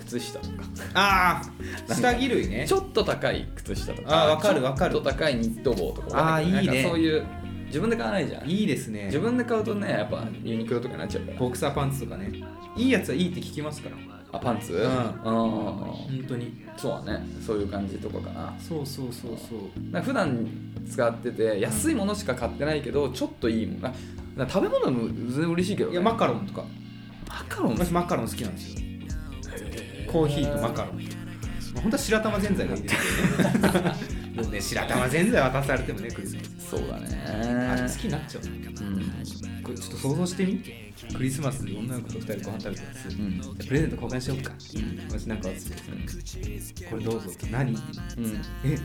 靴下とか
ああ下着類ね
ちょっと高い靴下とか
あーわかるわかる
ちょっと高いニット帽とか
あー
なんか
いいね
そういう自分で買わないじゃん
いいですね
自分で買うとねやっぱユニクロとかになっちゃうから
ボクサーパンツとかねいいやつはいいって聞きますから
あパンツ
ん
うん
本当に
そうだねそういう感じとかかな
そうそうそうそう
なんか普段使ってて安いものしか買ってないけどちょっといいもんななんか食べ物も全然嬉しいけど、
い
ね、
やマカロンとか
マカロン
私マカロン好きなんですよコーヒーとマカロン まあ本当は白玉ぜんざいがいいですけどねもうね白玉ぜんざい渡されてもねクリスマス
そうだ
あれ
ね
好きになっちゃう
うん
これちょっと想像してみクリスマスで女の子と2人ご飯食べてます、
う
じ
ん
ゃあプレゼント交換しようか、私なんかあってこれどうぞって何
うん
え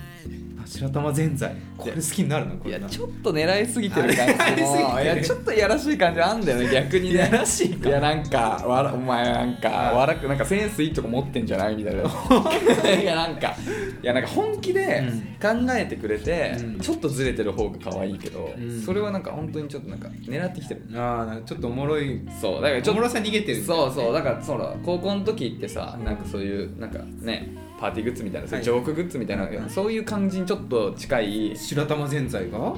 あ白玉ぜんざいこれ好きになるのこれ
いや
な
ちょっと狙いすぎてる感
あれ
じ
狙いすぎて
も
る
いやちょっといやらしい感じあんだよね逆にねいやらしいいやなんかわらお前なんかわらくなんかセンスいいとこ持ってんじゃないみた いないやなんかいやなんか本気で考えてくれて、
うん
ちょっとずれてる方が可愛いけど、
うん
それはなんか本当にちょっとなんか狙ってきてる
ああなんかちょっとおもろい
そうだからちょ
お
っ
も
と
ろさ逃げてる
そうそうだからその高校の時ってさ
うん
なんかそういうなんかねパーティーグッズみたいなそういう
はい
ジョークグッズみたいな、そういう感じにちょっと近い
白玉ぜんざいが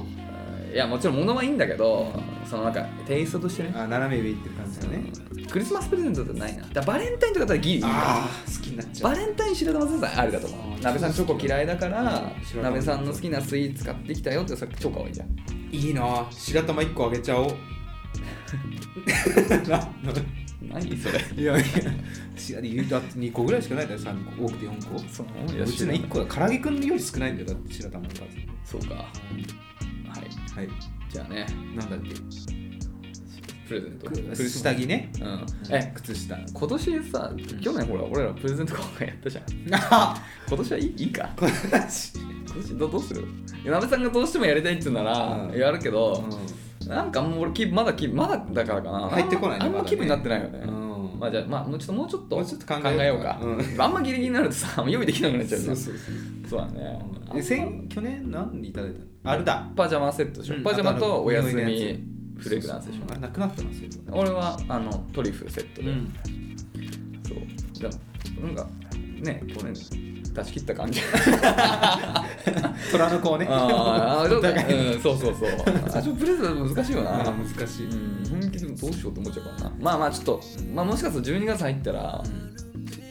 いやもちろん物はいいんだけどそのなんかテイストとしてね
あ斜め上いってる感じだね
クリスマスプレゼントってないなだからバレンタインとかだったらギリいいか
ああ好きになっちゃう
バレンタイン白玉先生ありだと思
あ
う
ー
鍋さんチョコ嫌いだから
白玉
鍋さんの好きなスイーツ買ってきたよってさ超可愛いじゃん
いいなあ白玉1個あげちゃ おう
何それ
いやいやしだって2個ぐらいしかないんだよ3個多くて4個
そう
うちの1個だ唐揚げくんより少ないんだよだって白玉の数は
そうかはい
い
じゃあね
なんだっけ
プレゼント
下着ね
うんえ
靴下
今年さ去年ほら俺らプレゼント交換やったじゃん
あ
今年はいいいいか今年どどうするいや鍋さんがどうしてもやりたいって言うなら
うん
やるけど、
う
なんかもう俺気分まだ気分まだだからかな
入ってこないね
あんま
まだね
気分になってないよね、
んうん
まあじゃあまあもうちょっともうちょっと
もうちょっと考えようか
考あんまギリギリになるとさもう用意できなくなっちゃうじ
そ
ゃ
うんそうそう
そうだね
え先去年何でいただいたのあれだ
パジャマセットでしょ、
うん
パジャマとお休
あとあの匂いのや
みフレグランスでしょ
あれなくなってますよ
俺はあのトリュフセットで、そうだからなんかね去年出し切った 感じ
虎の子をね
あーあーちょっと
お互い
うんそうそうそうあちょっとプレゼント難しいよな
あー難しい、
うん本気でもどうしようと思っちゃうからなまあまあちょっと、まあ、もしかすると12月入ったら、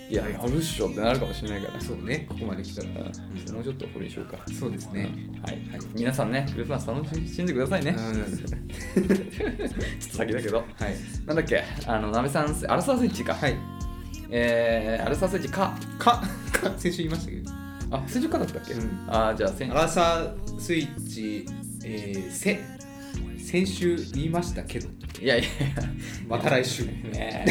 いややるっしょってなるかもしれないから
そうねここまで来たら
うんもうちょっとこれにしようか
そうですね、
はい、皆さんねクリスマス楽しんでくださいね、ちょ
ん、
っと先だけど
はい
なんだっけあの鍋さんアラサースイッチか
はい
えー、アラサースイッチか
か か先週言いましたけど
あ先週かだったっけ、
うん
あーじゃあ先
アラサースイッチ、えー、せ先週言いましたけど
いやいや
また来週
ね